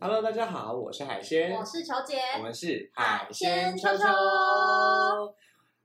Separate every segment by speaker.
Speaker 1: Hello，大家好，我是海鲜，
Speaker 2: 我是球姐，
Speaker 1: 我们是
Speaker 2: 海鲜秋秋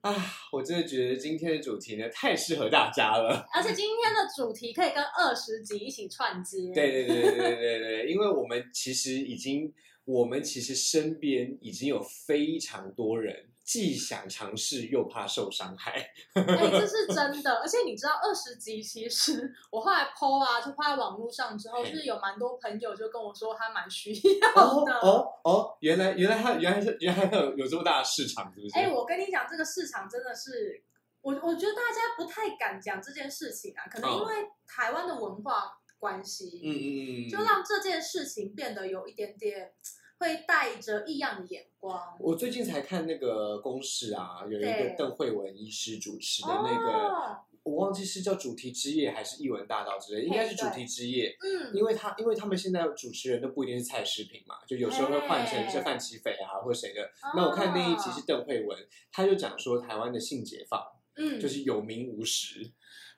Speaker 1: 啊，我真的觉得今天的主题呢太适合大家了。
Speaker 2: 而且今天的主题可以跟二十集一起串接。
Speaker 1: 对对对对对对对，因为我们其实已经，我们其实身边已经有非常多人既想尝试又怕受伤害。
Speaker 2: 哎、这是真的。而且你知道，二十集其实我后来 PO 啊，就发在网络上之后，
Speaker 1: 嘿
Speaker 2: 就是有蛮多朋友就跟我说他蛮需要的。
Speaker 1: 哦哦，原来原来他原来是原来他有有这么大的市场，是不是？
Speaker 2: 哎、我跟你讲，这个市场真的是，我我觉得大家不太敢讲这件事情啊，可能因为台湾的文化关系，
Speaker 1: 哦嗯嗯嗯，
Speaker 2: 就让这件事情变得有一点点会带着异样的眼光。
Speaker 1: 我最近才看那个公式啊，有一个
Speaker 2: 对
Speaker 1: 邓慧文医师主持的那个，
Speaker 2: 哦，
Speaker 1: 我忘记是叫主题之夜还是译文大道之类，应该是主题之夜，
Speaker 2: 嗯，
Speaker 1: 因为他因为他们现在主持人都不一定是蔡诗萍嘛，就有时候会换成是范琪斐啊或谁的。那我看那一集是
Speaker 2: 哦，
Speaker 1: 邓慧文，他就讲说台湾的性解放
Speaker 2: 嗯，
Speaker 1: 就是有名无实，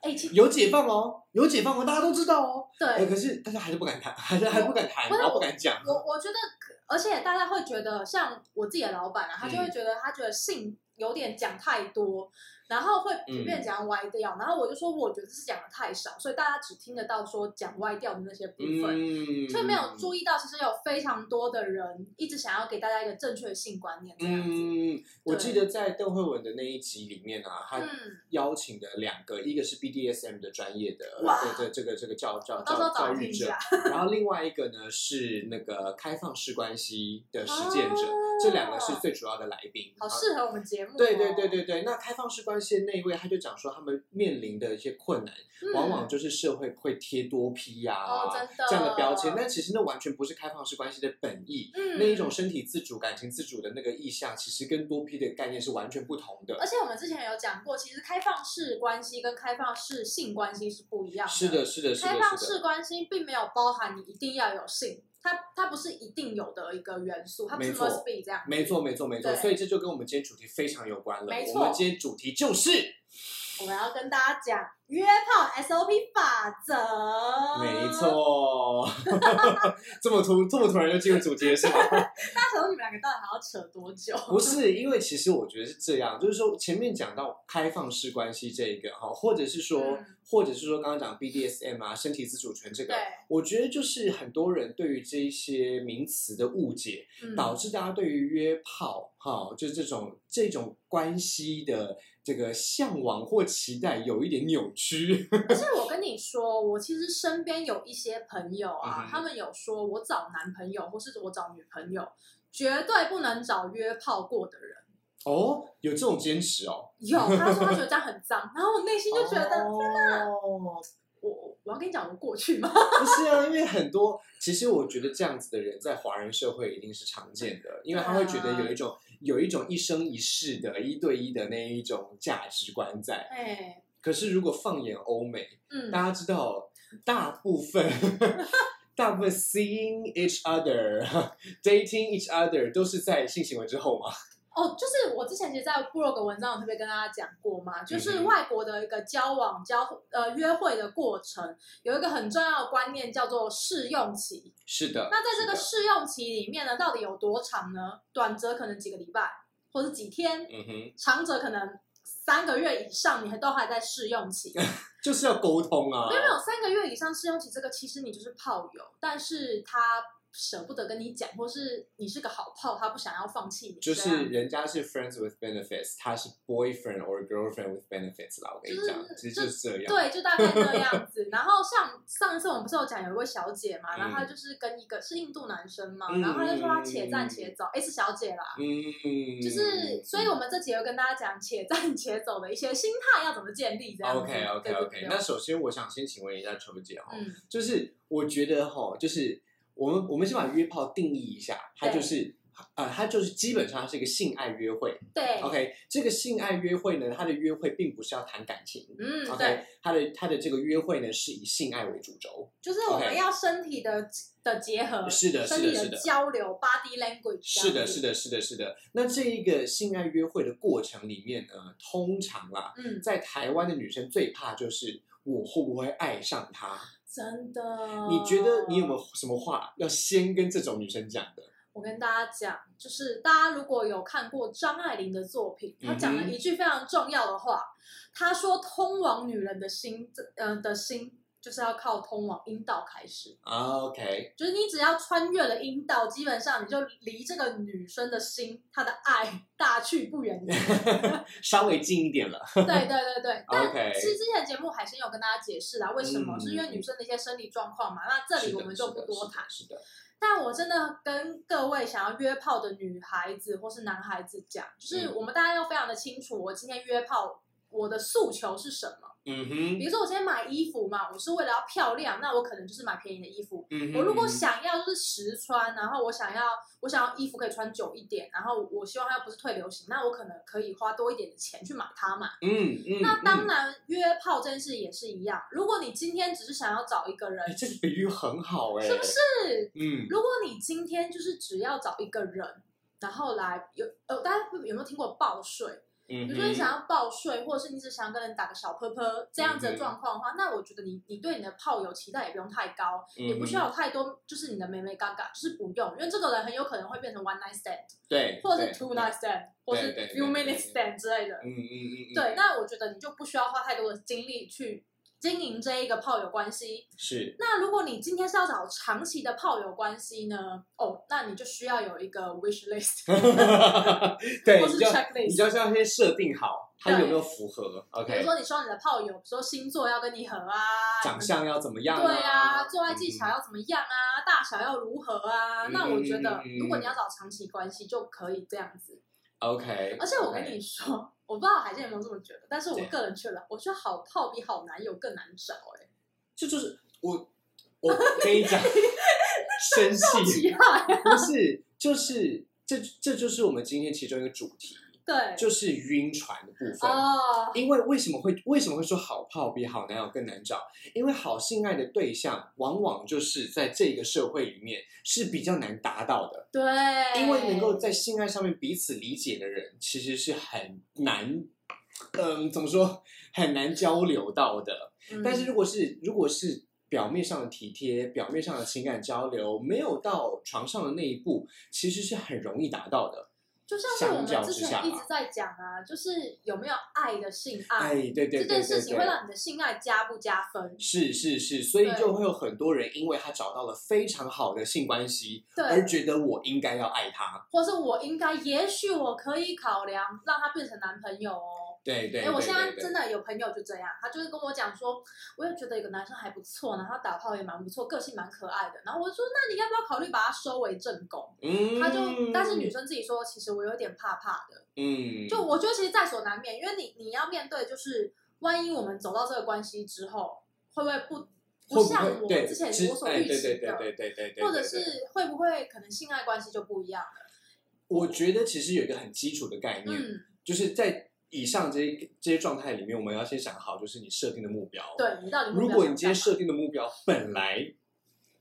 Speaker 2: 哎、其实
Speaker 1: 有解放哦，有解放哦，大家都知道哦，哎，
Speaker 2: 对，
Speaker 1: 可是大家还是不敢谈，还是还是不敢谈，
Speaker 2: 不是
Speaker 1: 然后不敢讲，
Speaker 2: 我我觉得可，而且大家会觉得，像我自己的老板啊，他就会
Speaker 1: 嗯
Speaker 2: 觉得他觉得性有点讲太多，然后会普
Speaker 1: 嗯
Speaker 2: 遍讲歪掉，然后我就说我觉得是讲的太少，所以大家只听得到说讲歪掉的那些部分。
Speaker 1: 嗯，
Speaker 2: 却没有注意到，其实有非常多的人一直想要给大家一个正确的性观念，这样子。
Speaker 1: 嗯，我
Speaker 2: 对
Speaker 1: 记得在邓慧文的那一集里面啊，他
Speaker 2: 嗯，
Speaker 1: 邀请的两个，一个是 BDSM 的专业的
Speaker 2: 哇
Speaker 1: 这这这个这个教教
Speaker 2: 到时候
Speaker 1: 教
Speaker 2: 找
Speaker 1: 教
Speaker 2: 来听
Speaker 1: 育
Speaker 2: 一
Speaker 1: 者
Speaker 2: 下，。
Speaker 1: 然后另外一个呢是那个开放式关系的实践者，这两个是
Speaker 2: 哦
Speaker 1: 最主要的来宾。
Speaker 2: 好
Speaker 1: 啊
Speaker 2: 适合我们节目、哦。
Speaker 1: 对对对对对，那开放式关系的那一位，他就讲说他们面临的一些困难，
Speaker 2: 嗯，
Speaker 1: 往往就是社会会贴多批呀、
Speaker 2: 哦真的
Speaker 1: 这样的标签，但其实那完全不是开放式关系的本意。
Speaker 2: 嗯
Speaker 1: 那一种身体自主、感情自主的那个意向，其实跟多批的概念是完全不同的。
Speaker 2: 而且我们之前有讲过，其实开放式关系跟开放式性关系是不一样的。
Speaker 1: 是的，，是的，是的，
Speaker 2: 开放
Speaker 1: 是的。
Speaker 2: 式关系并没有包含你一定要有性，它它不是一定有的一个元素，它不是
Speaker 1: 没错
Speaker 2: must be 这样。
Speaker 1: 没错，没错，没错，
Speaker 2: 对
Speaker 1: 所以这就跟我们今天主题非常有关了。
Speaker 2: 没
Speaker 1: 我
Speaker 2: 错
Speaker 1: 们今天主题就是，
Speaker 2: 我们要跟大家讲约炮 SOP 法则。啊
Speaker 1: 没。错， 这么突这么突然就进入主题了是 吗？
Speaker 2: 那时候你们两个到底还要扯多久？
Speaker 1: 不是，因为其实我觉得是这样，就是说前面讲到开放式关系这一个哈，或者是说，
Speaker 2: 嗯
Speaker 1: 或者是说刚刚讲 BDSM 啊，身体自主权这个
Speaker 2: 对，
Speaker 1: 我觉得就是很多人对于这一些名词的误解，
Speaker 2: 嗯
Speaker 1: 导致大家对于约炮哈、就是这种这种关系的这个向往或期待有一点扭曲。
Speaker 2: 可是我跟你说，我其实身边有一些朋友
Speaker 1: 嗯
Speaker 2: 啊，
Speaker 1: 哼
Speaker 2: 他们有说我找男朋友或是我找女朋友，绝对不能找约炮过的人。
Speaker 1: 哦，有这种坚持哦，
Speaker 2: 有，他说他觉得这样很脏，然后我内心就觉得，
Speaker 1: 天哪！
Speaker 2: 我我要跟你讲我过 去吗？
Speaker 1: 不是啊，因为很多，其实我觉得这样子的人在华人社会一定是常见的，因为他会觉得有一
Speaker 2: 啊
Speaker 1: 种、有一种一生一世的一对一的那一种价值观在。
Speaker 2: 哎，
Speaker 1: 可是如果放眼欧美，
Speaker 2: 嗯，
Speaker 1: 大家知道，大部分 大部分 seeing each other、dating each other 都是在性行为之后嘛。
Speaker 2: 哦，就是我之前其实，在部落格文章有特别跟大家讲过嘛，就
Speaker 1: 嗯
Speaker 2: 是
Speaker 1: 哼
Speaker 2: 外国的一个交往、交呃约会的过程，有一个很重要的观念叫做试用期。
Speaker 1: 是的。
Speaker 2: 那在这个
Speaker 1: 是
Speaker 2: 试用期里面呢，到底有多长呢？短则可能几个礼拜，或者几天；
Speaker 1: 的，嗯哼，
Speaker 2: 长则可能三个月以上，你还都还在试用期。
Speaker 1: 就是要沟通啊
Speaker 2: 没。有没有，三个月以上试用期这个，其实你就是炮友，但是他舍不得跟你讲，或是你是个好炮，他不想要放弃你，
Speaker 1: 就
Speaker 2: 这样
Speaker 1: 是人家是 friends with benefits，他是 boyfriend or girlfriend with benefits 啦。我跟你讲，
Speaker 2: 就是
Speaker 1: 其实就是这样。
Speaker 2: 对，就大概那样子。然后像上一次我们不是有讲有一位小姐嘛，
Speaker 1: 嗯
Speaker 2: 然后她就是跟一个是印度男生嘛，
Speaker 1: 嗯
Speaker 2: 然后她就说她且战且走，S 小姐啦。
Speaker 1: 嗯，
Speaker 2: 就是，所以我们这集要跟大家讲且战且走的一些心态要怎么建立，这样子。
Speaker 1: OK OK
Speaker 2: 嗯对
Speaker 1: OK。
Speaker 2: 对对
Speaker 1: 那首先我想先请问一下球姐哈，
Speaker 2: 嗯，
Speaker 1: 哦就是我觉得哈，就是我们我们先把约炮定义一下，它
Speaker 2: 对
Speaker 1: 就是。呃，它就是基本上它是一个性爱约会
Speaker 2: 对，
Speaker 1: ，OK。这个性爱约会呢，它的约会并不是要谈感情
Speaker 2: 嗯，
Speaker 1: ，OK
Speaker 2: 对，。
Speaker 1: 它的它的这个约会呢，是以性爱为主轴。
Speaker 2: 就是我
Speaker 1: OK
Speaker 2: 们要身体的的结合，
Speaker 1: 是的
Speaker 2: 身
Speaker 1: 是的
Speaker 2: 体
Speaker 1: 是的
Speaker 2: 交流，body language，
Speaker 1: 是的，是
Speaker 2: 的，
Speaker 1: 的，是的，是的。那这一个性爱约会的过程里面呢，通常啦，
Speaker 2: 嗯，
Speaker 1: 在台湾的女生最怕就是我会不会爱上他。
Speaker 2: 真的。
Speaker 1: 你觉得你有没有什么话要先跟这种女生讲的？
Speaker 2: 我跟大家讲，就是大家如果有看过张爱玲的作品，
Speaker 1: 嗯
Speaker 2: 她讲了一句非常重要的话，她说：“通往女人的心，嗯、呃、的心，就是要靠通往阴道开始。
Speaker 1: 啊，OK，
Speaker 2: 就是你只要穿越了阴道，基本上你就离这个女生的心，她的爱大去不远。”
Speaker 1: 稍微近一点了。
Speaker 2: 对对对对，但
Speaker 1: OK
Speaker 2: 其实之前的节目海鲜有跟大家解释啦，为什么？
Speaker 1: 嗯
Speaker 2: 是因为女生的一些生理状况嘛。那这
Speaker 1: 是
Speaker 2: 里
Speaker 1: 的
Speaker 2: 我们就不多谈。
Speaker 1: 是的，是的
Speaker 2: 但我真的跟各位想要约炮的女孩子或是男孩子讲，就是
Speaker 1: 嗯
Speaker 2: 我们大家要非常的清楚，我今天约炮我的诉求是什么。
Speaker 1: 嗯哼，
Speaker 2: 比如说我今天买衣服嘛，我是为了要漂亮，那我可能就是买便宜的衣服。
Speaker 1: 嗯哼，
Speaker 2: 我如果
Speaker 1: 嗯哼
Speaker 2: 想要就是实穿，然后我想要我想要衣服可以穿久一点，然后我希望它不是退流行，那我可能可以花多一点的钱去买它嘛。
Speaker 1: 嗯嗯，
Speaker 2: 那当
Speaker 1: 嗯
Speaker 2: 然约炮这件事也是一样，如果你今天只是想要找一个人
Speaker 1: 哎，，这个比喻很好哎，是不是？
Speaker 2: 是
Speaker 1: 嗯，
Speaker 2: 如果你今天就是只要找一个人，然后来有呃，大家有没有听过报税？
Speaker 1: 嗯哼
Speaker 2: 比如说你想要报税，或者是你只想跟人打个小泼泼这样子的状况的话，那我觉得你你对你的炮友期待也不用太高，
Speaker 1: 嗯
Speaker 2: 也不需要有太多就是你的美美嘎嘎，就是不用，因为这个人很有可能会变成 one night stand，
Speaker 1: 对，
Speaker 2: 或者
Speaker 1: 对
Speaker 2: 是 two night，stand，或是
Speaker 1: 对对
Speaker 2: few
Speaker 1: 对对
Speaker 2: minute stand 之类的
Speaker 1: 对。嗯嗯嗯嗯，
Speaker 2: 对，那我觉得你就不需要花太多的精力去经营这一个炮友关系，
Speaker 1: 是，
Speaker 2: 那如果你今天是要找长期的炮友关系呢？哦，那你就需要有一个 wish list，
Speaker 1: 对，
Speaker 2: 或
Speaker 1: 你
Speaker 2: 是
Speaker 1: 就
Speaker 2: checklist
Speaker 1: 你就是要先设定好，它有没有符合
Speaker 2: 比如
Speaker 1: ？OK，
Speaker 2: 说你希望你的炮友，比如说星座要跟你合啊，
Speaker 1: 长相要怎么样？
Speaker 2: 对啊，做爱
Speaker 1: 嗯
Speaker 2: 技巧要怎么样啊，大小要如何啊？
Speaker 1: 嗯
Speaker 2: 那我觉
Speaker 1: 嗯
Speaker 2: 得
Speaker 1: 嗯嗯，
Speaker 2: 如果你要找长期关系，就可以这样子。
Speaker 1: OK，
Speaker 2: 而且我跟
Speaker 1: OK
Speaker 2: 你说，我不知道海鲜有没有这么觉得，但是我
Speaker 1: 对啊
Speaker 2: 个人觉得，我觉得好炮比好男友更难找哎、
Speaker 1: 这就是我，我跟你讲， 生
Speaker 2: 好
Speaker 1: 气
Speaker 2: 奇害，
Speaker 1: 不是，就是这这就是我们今天其中一个主题，
Speaker 2: 对，
Speaker 1: 就是晕船的部分。
Speaker 2: 哦，
Speaker 1: 因为为什么会为什么会说好炮比好男友更难找？因为好性爱的对象往往就是在这个社会里面是比较难达到的，
Speaker 2: 对，
Speaker 1: 因为能够在性爱上面彼此理解的人，其实是很难，嗯，怎么说很难交流到的。
Speaker 2: 嗯，
Speaker 1: 但是如果是如果是表面上的体贴，表面上的情感交流，没有到床上的那一步，其实是很容易达到的。
Speaker 2: 就像是我
Speaker 1: 相
Speaker 2: 们
Speaker 1: 较
Speaker 2: 之
Speaker 1: 之下
Speaker 2: 前一直在讲啊，就是有没有爱的性爱，
Speaker 1: 哎，对对对对对，
Speaker 2: 啊这件事情会让你的性爱加不加分？
Speaker 1: 是是是，所以
Speaker 2: 对
Speaker 1: 就会有很多人因为他找到了非常好的性关系，而
Speaker 2: 对，
Speaker 1: 觉得我应该要爱他。
Speaker 2: 或是我应该，也许我可以考量让他变成男朋友哦。
Speaker 1: 对对
Speaker 2: 哎、
Speaker 1: 对，
Speaker 2: 我现在
Speaker 1: 对对
Speaker 2: 真的有朋友就这样，他就是跟我讲说，我也觉得有个男生还不错，然后打炮也蛮不错，个性蛮可爱的。然后我就说，那你要不要考虑把他收为正宫？
Speaker 1: 嗯，
Speaker 2: 他就，但是女生自己说，其实我有点怕怕的。
Speaker 1: 嗯，
Speaker 2: 就我觉得其实在所难免，因为你你要面对就是，万一我们走到这个关系之后，会不会不
Speaker 1: 会
Speaker 2: 不
Speaker 1: 不
Speaker 2: 像
Speaker 1: 会
Speaker 2: 我
Speaker 1: 对
Speaker 2: 们之前
Speaker 1: 知
Speaker 2: 我所
Speaker 1: 哎
Speaker 2: 预
Speaker 1: 对对
Speaker 2: 期
Speaker 1: 对
Speaker 2: 的，
Speaker 1: 对对对对，对
Speaker 2: 或者
Speaker 1: 对
Speaker 2: 是会不会可能性爱关系就不一样了？
Speaker 1: 我觉得其实有一个很基础的概念，
Speaker 2: 嗯，
Speaker 1: 就是在以上这些这些状态里面，我们要先想好，就是你设定的目标。，
Speaker 2: 对你到底目
Speaker 1: 如
Speaker 2: 标
Speaker 1: 果
Speaker 2: 想
Speaker 1: 你今天
Speaker 2: 干嘛
Speaker 1: 设定的目标本来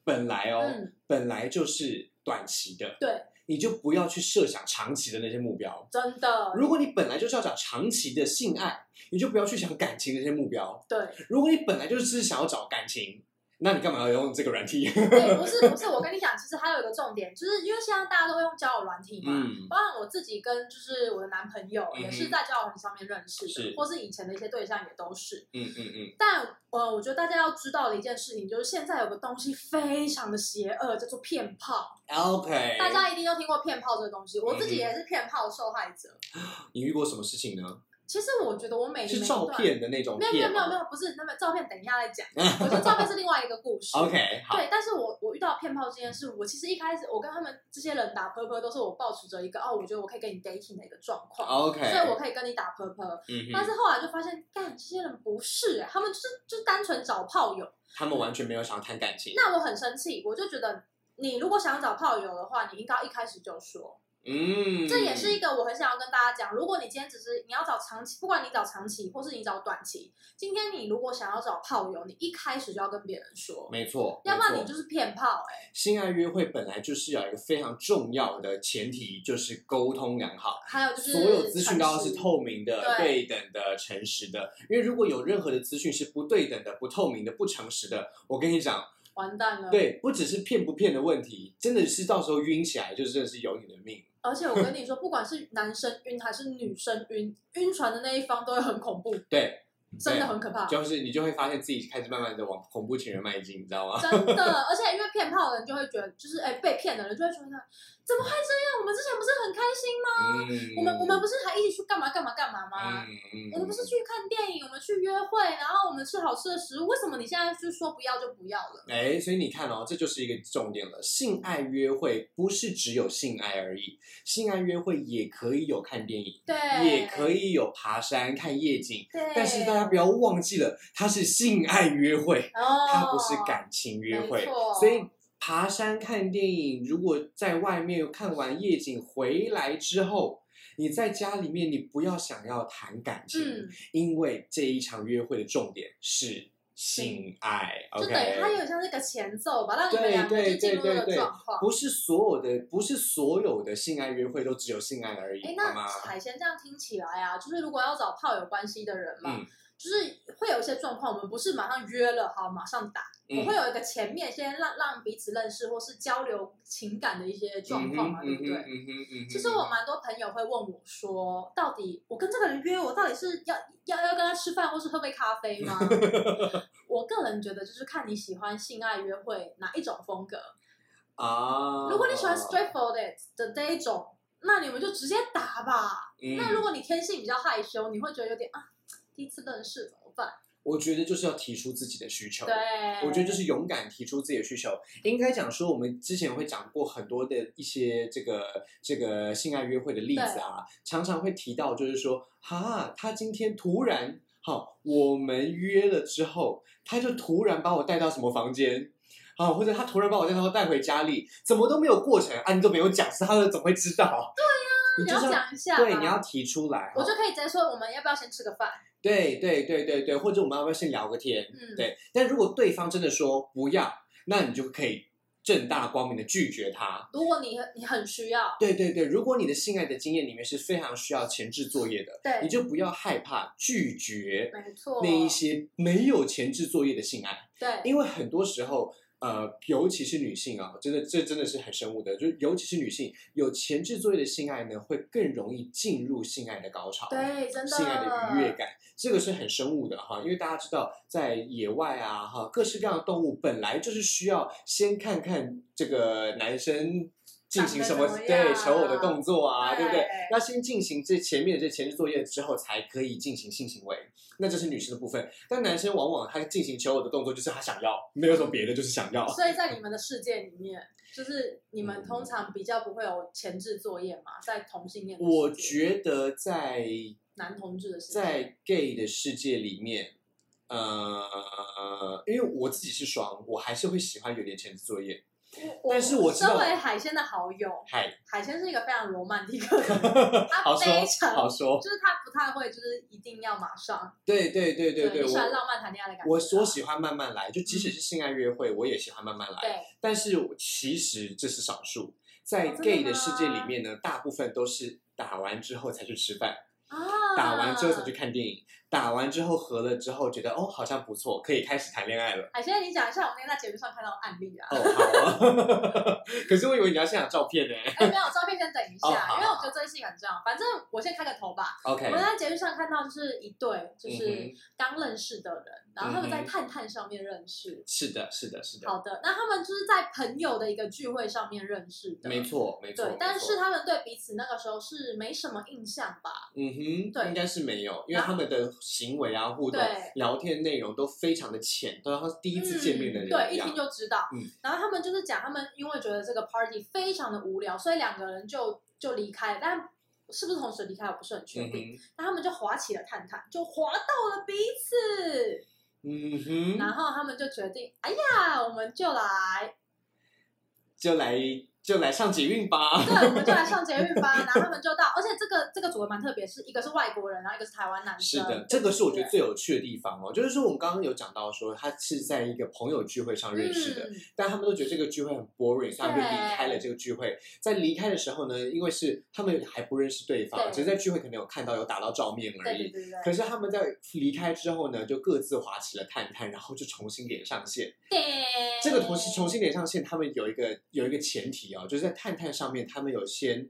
Speaker 1: 本来哦、
Speaker 2: 嗯，
Speaker 1: 本来就是短期的，
Speaker 2: 对，
Speaker 1: 你就不要去设想长期的那些目标。
Speaker 2: 真的
Speaker 1: 如果你本来就是要找长期的性爱，你就不要去想感情的那些目标。
Speaker 2: 对，
Speaker 1: 如果你本来就是只是想要找感情，那你干嘛要用这个软体？
Speaker 2: 对，哎不是不是，我跟你讲，其实还有一个重点，就是因为现在大家都会用交友软体嘛。
Speaker 1: 嗯，
Speaker 2: 包含我自己跟就是我的男朋友也
Speaker 1: 嗯
Speaker 2: 是
Speaker 1: 哼
Speaker 2: 在交友软体上面认识的，
Speaker 1: 是
Speaker 2: 或是以前的一些对象也都是。
Speaker 1: 嗯嗯嗯，
Speaker 2: 但呃，我觉得大家要知道的一件事情就是，现在有个东西非常的邪恶，叫做骗炮。
Speaker 1: OK，
Speaker 2: 大家一定都听过骗炮这个东西，我自己
Speaker 1: 嗯
Speaker 2: 也是骗炮受害者。
Speaker 1: 你遇过什么事情呢？
Speaker 2: 其实我觉得我每
Speaker 1: 是
Speaker 2: 每一
Speaker 1: 照
Speaker 2: 段
Speaker 1: 片的那种
Speaker 2: 没有没有
Speaker 1: 骗
Speaker 2: 没有没
Speaker 1: 吗
Speaker 2: 有，不是那么照片，等一下再 讲。我觉得照片是另外一个故事。
Speaker 1: ？OK，好，
Speaker 2: 对，但是我我遇到骗炮这件事，我其实一开始我跟他们这些人打 p u r p 都是我抱持着一个哦，我觉得我可以跟你 dating 的一个状况
Speaker 1: 哦 OK，
Speaker 2: 所以我可以跟你打 p u r p
Speaker 1: 嗯
Speaker 2: 但
Speaker 1: 哼，
Speaker 2: 是后来就发现，干这些人不是、欸他们就是就是单纯找炮友，
Speaker 1: 他们完全没有想要谈感情。
Speaker 2: 那我很生气，我就觉得你如果想找炮友的话，你应该一开始就说，
Speaker 1: 嗯，
Speaker 2: 这也是一个我很想要跟大家讲，如果你今天只是你要找长期，不管你找长期或是你找短期，今天你如果想要找炮友，你一开始就要跟别人说，
Speaker 1: 没错，
Speaker 2: 要不然
Speaker 1: 没
Speaker 2: 你
Speaker 1: 错
Speaker 2: 就是骗炮哎、
Speaker 1: 性爱约会本来就是要有一个非常重要的前提，就是沟通良好。
Speaker 2: 还有就是
Speaker 1: 所有资讯都要是
Speaker 2: 诚实
Speaker 1: 透明的、
Speaker 2: 对
Speaker 1: 对等的、诚实的，因为如果有任何的资讯是不对等的、不透明的、不诚实的，我跟你讲，
Speaker 2: 完蛋了。，
Speaker 1: 对，不只是骗不骗的问题，真的是到时候晕起来，就真的是有你的命。
Speaker 2: 而且我跟你说，不管是男生晕还是女生晕，晕船的那一方都会很恐怖，
Speaker 1: 对，
Speaker 2: 真的很可怕。
Speaker 1: 就是你就会发现自己开始慢慢的往恐怖情人迈进，你知道吗？
Speaker 2: 真的，而且因为骗炮的人就会觉得，就是哎、被骗的人就会觉得，怎么会这样？我们之前不是很开心吗？
Speaker 1: 嗯，
Speaker 2: 啊我们我们不是还一起去干嘛干嘛干嘛吗？
Speaker 1: 嗯嗯，
Speaker 2: 我们不是去看电影，我们去约会，然后我们吃好吃的食物，为什么你现在就说不要就不要了？
Speaker 1: 哎，所以你看哦，这就是一个重点了。性爱约会不是只有性爱而已，性爱约会也可以有看电影，
Speaker 2: 对，
Speaker 1: 也可，以有爬山看夜景。
Speaker 2: 对，
Speaker 1: 但是大家不要忘记了，它是性爱约会，
Speaker 2: 哦，
Speaker 1: 它不是感情约
Speaker 2: 没
Speaker 1: 会。
Speaker 2: 错
Speaker 1: 所以爬山看电影，如果在外面看完夜景回来之后，你在家里面你不要想要谈感情，
Speaker 2: 嗯，
Speaker 1: 因为这一场约会的重点是性爱。
Speaker 2: 就
Speaker 1: OK，
Speaker 2: 等于它有点像是个前奏吧，让你们
Speaker 1: 对
Speaker 2: 两个
Speaker 1: 对
Speaker 2: 就进
Speaker 1: 对
Speaker 2: 入那
Speaker 1: 对
Speaker 2: 个
Speaker 1: 对
Speaker 2: 状况。
Speaker 1: 不是所有的，不是所有的性爱约会都只有性爱而已，
Speaker 2: 哎，
Speaker 1: 好
Speaker 2: 那
Speaker 1: 吗？
Speaker 2: 海鲜这样听起来啊，就是如果要找炮友关系的人嘛，
Speaker 1: 嗯
Speaker 2: 就是会有一些状况，我们不是马上约了，好，马上打，
Speaker 1: 嗯
Speaker 2: 我会有一个前面先让让彼此认识或是交流情感的一些状况嘛，
Speaker 1: 嗯哼
Speaker 2: 对不对？
Speaker 1: 嗯哼嗯哼
Speaker 2: 其实我蛮多朋友会问我说，到底我跟这个人约，我到底是要要要跟他吃饭，或是喝杯咖啡吗？ 我个人觉得就是看你喜欢性爱约会哪一种风格。
Speaker 1: 啊，
Speaker 2: 如果你喜欢 straightforward 的这一种，那你们就直接打吧。
Speaker 1: 嗯
Speaker 2: 那如果你天性比较害羞，你会觉得有点啊，第一次认识怎么办？
Speaker 1: 我觉得就是要提出自己的需求。
Speaker 2: 对，
Speaker 1: 哦我觉得就是勇敢提出自己的需求。应该讲说，我们之前会讲过很多的一些这个这个性爱约会的例子啊，常常会提到，就是说，哈，他今天突然，好，我们约了之后，他就突然把我带到什么房间。啊，或者他突然把我带到带回家里，怎么都没有过程啊？你都没有讲，是他的怎么会知道？对
Speaker 2: 你
Speaker 1: 呀、
Speaker 2: 要
Speaker 1: 你就是要
Speaker 2: 讲一下，
Speaker 1: 对，你要。提出来。
Speaker 2: 我就可以直接说，我们要不要先吃个饭？
Speaker 1: 对对对对对，或者我们要不要先聊个天？
Speaker 2: 嗯，，
Speaker 1: 对，但如果对方真的说不要，那你就可以正大光明的拒绝他。
Speaker 2: 如果你很你很需要，
Speaker 1: 对对对，如果你的性爱的经验里面是非常需要前置作业的，
Speaker 2: 对
Speaker 1: 你，就不要害怕拒绝
Speaker 2: 没错，
Speaker 1: 那一些没有前置作业的性爱，
Speaker 2: 对，
Speaker 1: 因为很多时候。呃，尤其是女性啊，真的，这真的是很深恶的。就尤其是女性，有前置作业的性爱呢，会更容易进入性爱的高潮。
Speaker 2: 对，真的
Speaker 1: 性爱的愉悦感，这个是很生物的哈，因为大家知道，在野外啊哈，各式各样的动物本来就是需要先看看这个男生进行什么
Speaker 2: 长得怎么样
Speaker 1: 对求偶的动作啊，对不对
Speaker 2: 对？
Speaker 1: 那先进行这前面的这前置作业之后，才可以进行性行为，那这是女生的部分。但男生往往他进行求偶的动作就是他想要，没有什么别的，就是想要。
Speaker 2: 所以在你们的世界里面，就是你
Speaker 1: 嗯
Speaker 2: 们通常比较不会有前置作业嘛，在同性恋的世界，
Speaker 1: 我觉得在
Speaker 2: 男同志的世界，
Speaker 1: 在 gay 的世界里面，呃，因为我自己是双，我还是会喜欢有点前置作业。
Speaker 2: 我
Speaker 1: 但是我知道
Speaker 2: 身为海鲜的好友，
Speaker 1: 嗨，
Speaker 2: 海鲜是一个非常罗曼蒂 克的人，他
Speaker 1: 好
Speaker 2: 啊非
Speaker 1: 说
Speaker 2: 常
Speaker 1: 好说，
Speaker 2: 就是他不太会，就是一定要马上。
Speaker 1: 对对对对
Speaker 2: 你
Speaker 1: 对，
Speaker 2: 喜欢
Speaker 1: 我
Speaker 2: 浪漫谈恋爱的感觉啊。
Speaker 1: 我我喜欢慢慢来，就即使是性爱约会，我也喜欢慢慢来。
Speaker 2: 对，
Speaker 1: 但是我其实这是少数，
Speaker 2: 哦
Speaker 1: 在
Speaker 2: 真的
Speaker 1: gay 的世界
Speaker 2: 吗
Speaker 1: 里面呢，大部分都是打完之后才去吃饭，
Speaker 2: 啊，
Speaker 1: 打完之后才去。看电影，打完之后合了之后觉得哦好像不错，可以开始谈恋爱了。
Speaker 2: 海鲜，你讲一下我那天哎在节目上看到的案 例啊。
Speaker 1: 哦，好 啊。可是我以为你要先讲照片呢。
Speaker 2: 哎，没有照片，先等一
Speaker 1: 哦
Speaker 2: 下，
Speaker 1: 好
Speaker 2: 因为我觉得这是一个很重要。反正我先开个头吧。
Speaker 1: OK，
Speaker 2: 我们在节目上看到，就是一对就
Speaker 1: 嗯
Speaker 2: 是刚认识的人，然后他们在
Speaker 1: 嗯哼
Speaker 2: 探探上面认识。
Speaker 1: 是的，是的，是的，
Speaker 2: 好的，那他们就是在朋友的一个聚会上面认识的。
Speaker 1: 没。错，没错。
Speaker 2: 对
Speaker 1: 没，
Speaker 2: 但
Speaker 1: 错
Speaker 2: 是他们对彼此那个时候是没什么印象吧？
Speaker 1: 嗯哼，
Speaker 2: 对
Speaker 1: 应该是没有，因为
Speaker 2: 然
Speaker 1: 他
Speaker 2: 后
Speaker 1: 们的行为啊、互动
Speaker 2: 对、
Speaker 1: 聊天内容都非常的浅，都像是第一次见面的人
Speaker 2: 嗯，对，
Speaker 1: 一
Speaker 2: 一
Speaker 1: 样
Speaker 2: 听。就知道。
Speaker 1: 嗯
Speaker 2: 然后他们就是讲，他们因为觉得这个 party 非常的无聊，所以两个人就就离开了，但是不是同时离开，我不是很确
Speaker 1: 嗯
Speaker 2: 定。
Speaker 1: 哼，
Speaker 2: 但他们就滑起了探探，就滑到了彼此，
Speaker 1: 嗯哼，
Speaker 2: 然后他们就决定，哎呀，我们就来
Speaker 1: 就来就来上捷运吧。
Speaker 2: 对，我们就来上捷运 吧，然后他们就到，而且这个这个组合蛮特别，是一个是外国人，然后一个是台湾男
Speaker 1: 是
Speaker 2: 生。
Speaker 1: 的，
Speaker 2: 对
Speaker 1: 这个是我觉得
Speaker 2: 对
Speaker 1: 最有趣的地方哦，就是说我们刚刚有讲到说，他是在一个朋友聚会上认识的，
Speaker 2: 嗯
Speaker 1: 但他们都觉得这个聚会很 boring，所以他们就离开了这个聚会。在离开的时候呢，因为是他们还不认识对方，
Speaker 2: 对
Speaker 1: 只是在聚会可能有看到有打到照面而
Speaker 2: 对对
Speaker 1: 已。
Speaker 2: 对对
Speaker 1: 可
Speaker 2: 对，
Speaker 1: 是他们在离开之后呢，就各自划起了探探，然后就重新连上线。
Speaker 2: 对
Speaker 1: 这个重新重新连上线，他们有一个有一个前提哦，就是在探探上面，他们有先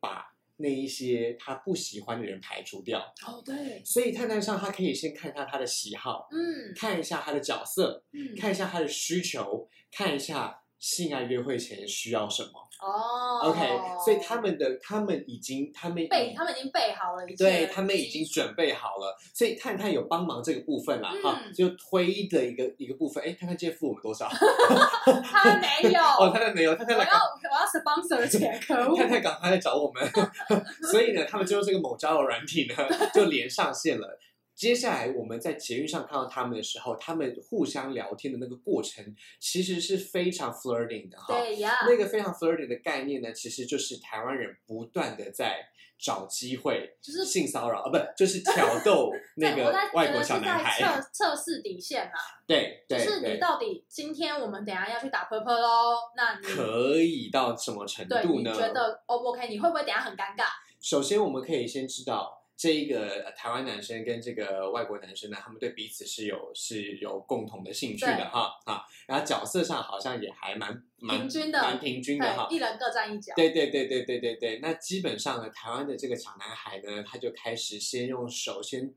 Speaker 1: 把那一些他不喜欢的人排除掉，
Speaker 2: 哦对，
Speaker 1: 所以探探上他可以先看一下他的喜好，
Speaker 2: 嗯
Speaker 1: 看一下他的角色，
Speaker 2: 嗯，
Speaker 1: 看一下他的需求，看一下性爱约会前需要什么。
Speaker 2: 哦
Speaker 1: OK，所以他们的他们已经他们已
Speaker 2: 备，他们已经备好了一切，
Speaker 1: 嗯对他们已经准备好了，所以探探有帮忙这个部分啦，
Speaker 2: 嗯
Speaker 1: 哈，就推的一个一个部分。哎，探探今天付我们多 少？
Speaker 2: 他 没有，
Speaker 1: 哦，探探没有，探
Speaker 2: 我
Speaker 1: 探
Speaker 2: 要
Speaker 1: 来
Speaker 2: 我 要 sponsor 钱，可恶，
Speaker 1: 太太赶快来找我们， 所以呢，他们就用这个某交友软体呢，就连上线了。接下来我们在捷运上看到他们的时候，他们互相聊天的那个过程，其实是非常 flirting 的哈。
Speaker 2: 对呀，
Speaker 1: 那个非常 flirting 的概念呢，其实就是台湾人不断的在找机会
Speaker 2: 就是
Speaker 1: 性骚扰啊，不就是挑 逗那
Speaker 2: 对我
Speaker 1: 个
Speaker 2: 在
Speaker 1: 外
Speaker 2: 觉
Speaker 1: 国
Speaker 2: 得
Speaker 1: 小
Speaker 2: 是
Speaker 1: 男
Speaker 2: 在
Speaker 1: 孩。
Speaker 2: 测测试底线啦，
Speaker 1: 对
Speaker 2: 就
Speaker 1: 对
Speaker 2: 是你
Speaker 1: 对，
Speaker 2: 到底今天我们等一下要去打 purple 喽，那你
Speaker 1: 可以到什么程
Speaker 2: 对
Speaker 1: 度
Speaker 2: 你
Speaker 1: 呢？
Speaker 2: 觉得 O 不 OK？你会不会等一下很尴尬？
Speaker 1: 首先，我们可以先知道这一个呃台湾男生跟这个外国男生呢，他们对彼此是有是有共同的兴趣
Speaker 2: 对
Speaker 1: 的哈啊，然后角色上好像也还蛮蛮
Speaker 2: 平均的
Speaker 1: 蛮平均的哈
Speaker 2: 对，。一人各占一角。
Speaker 1: 对对对对对对对，那基本上呢，台湾的这个小男孩呢，他就开始先用手先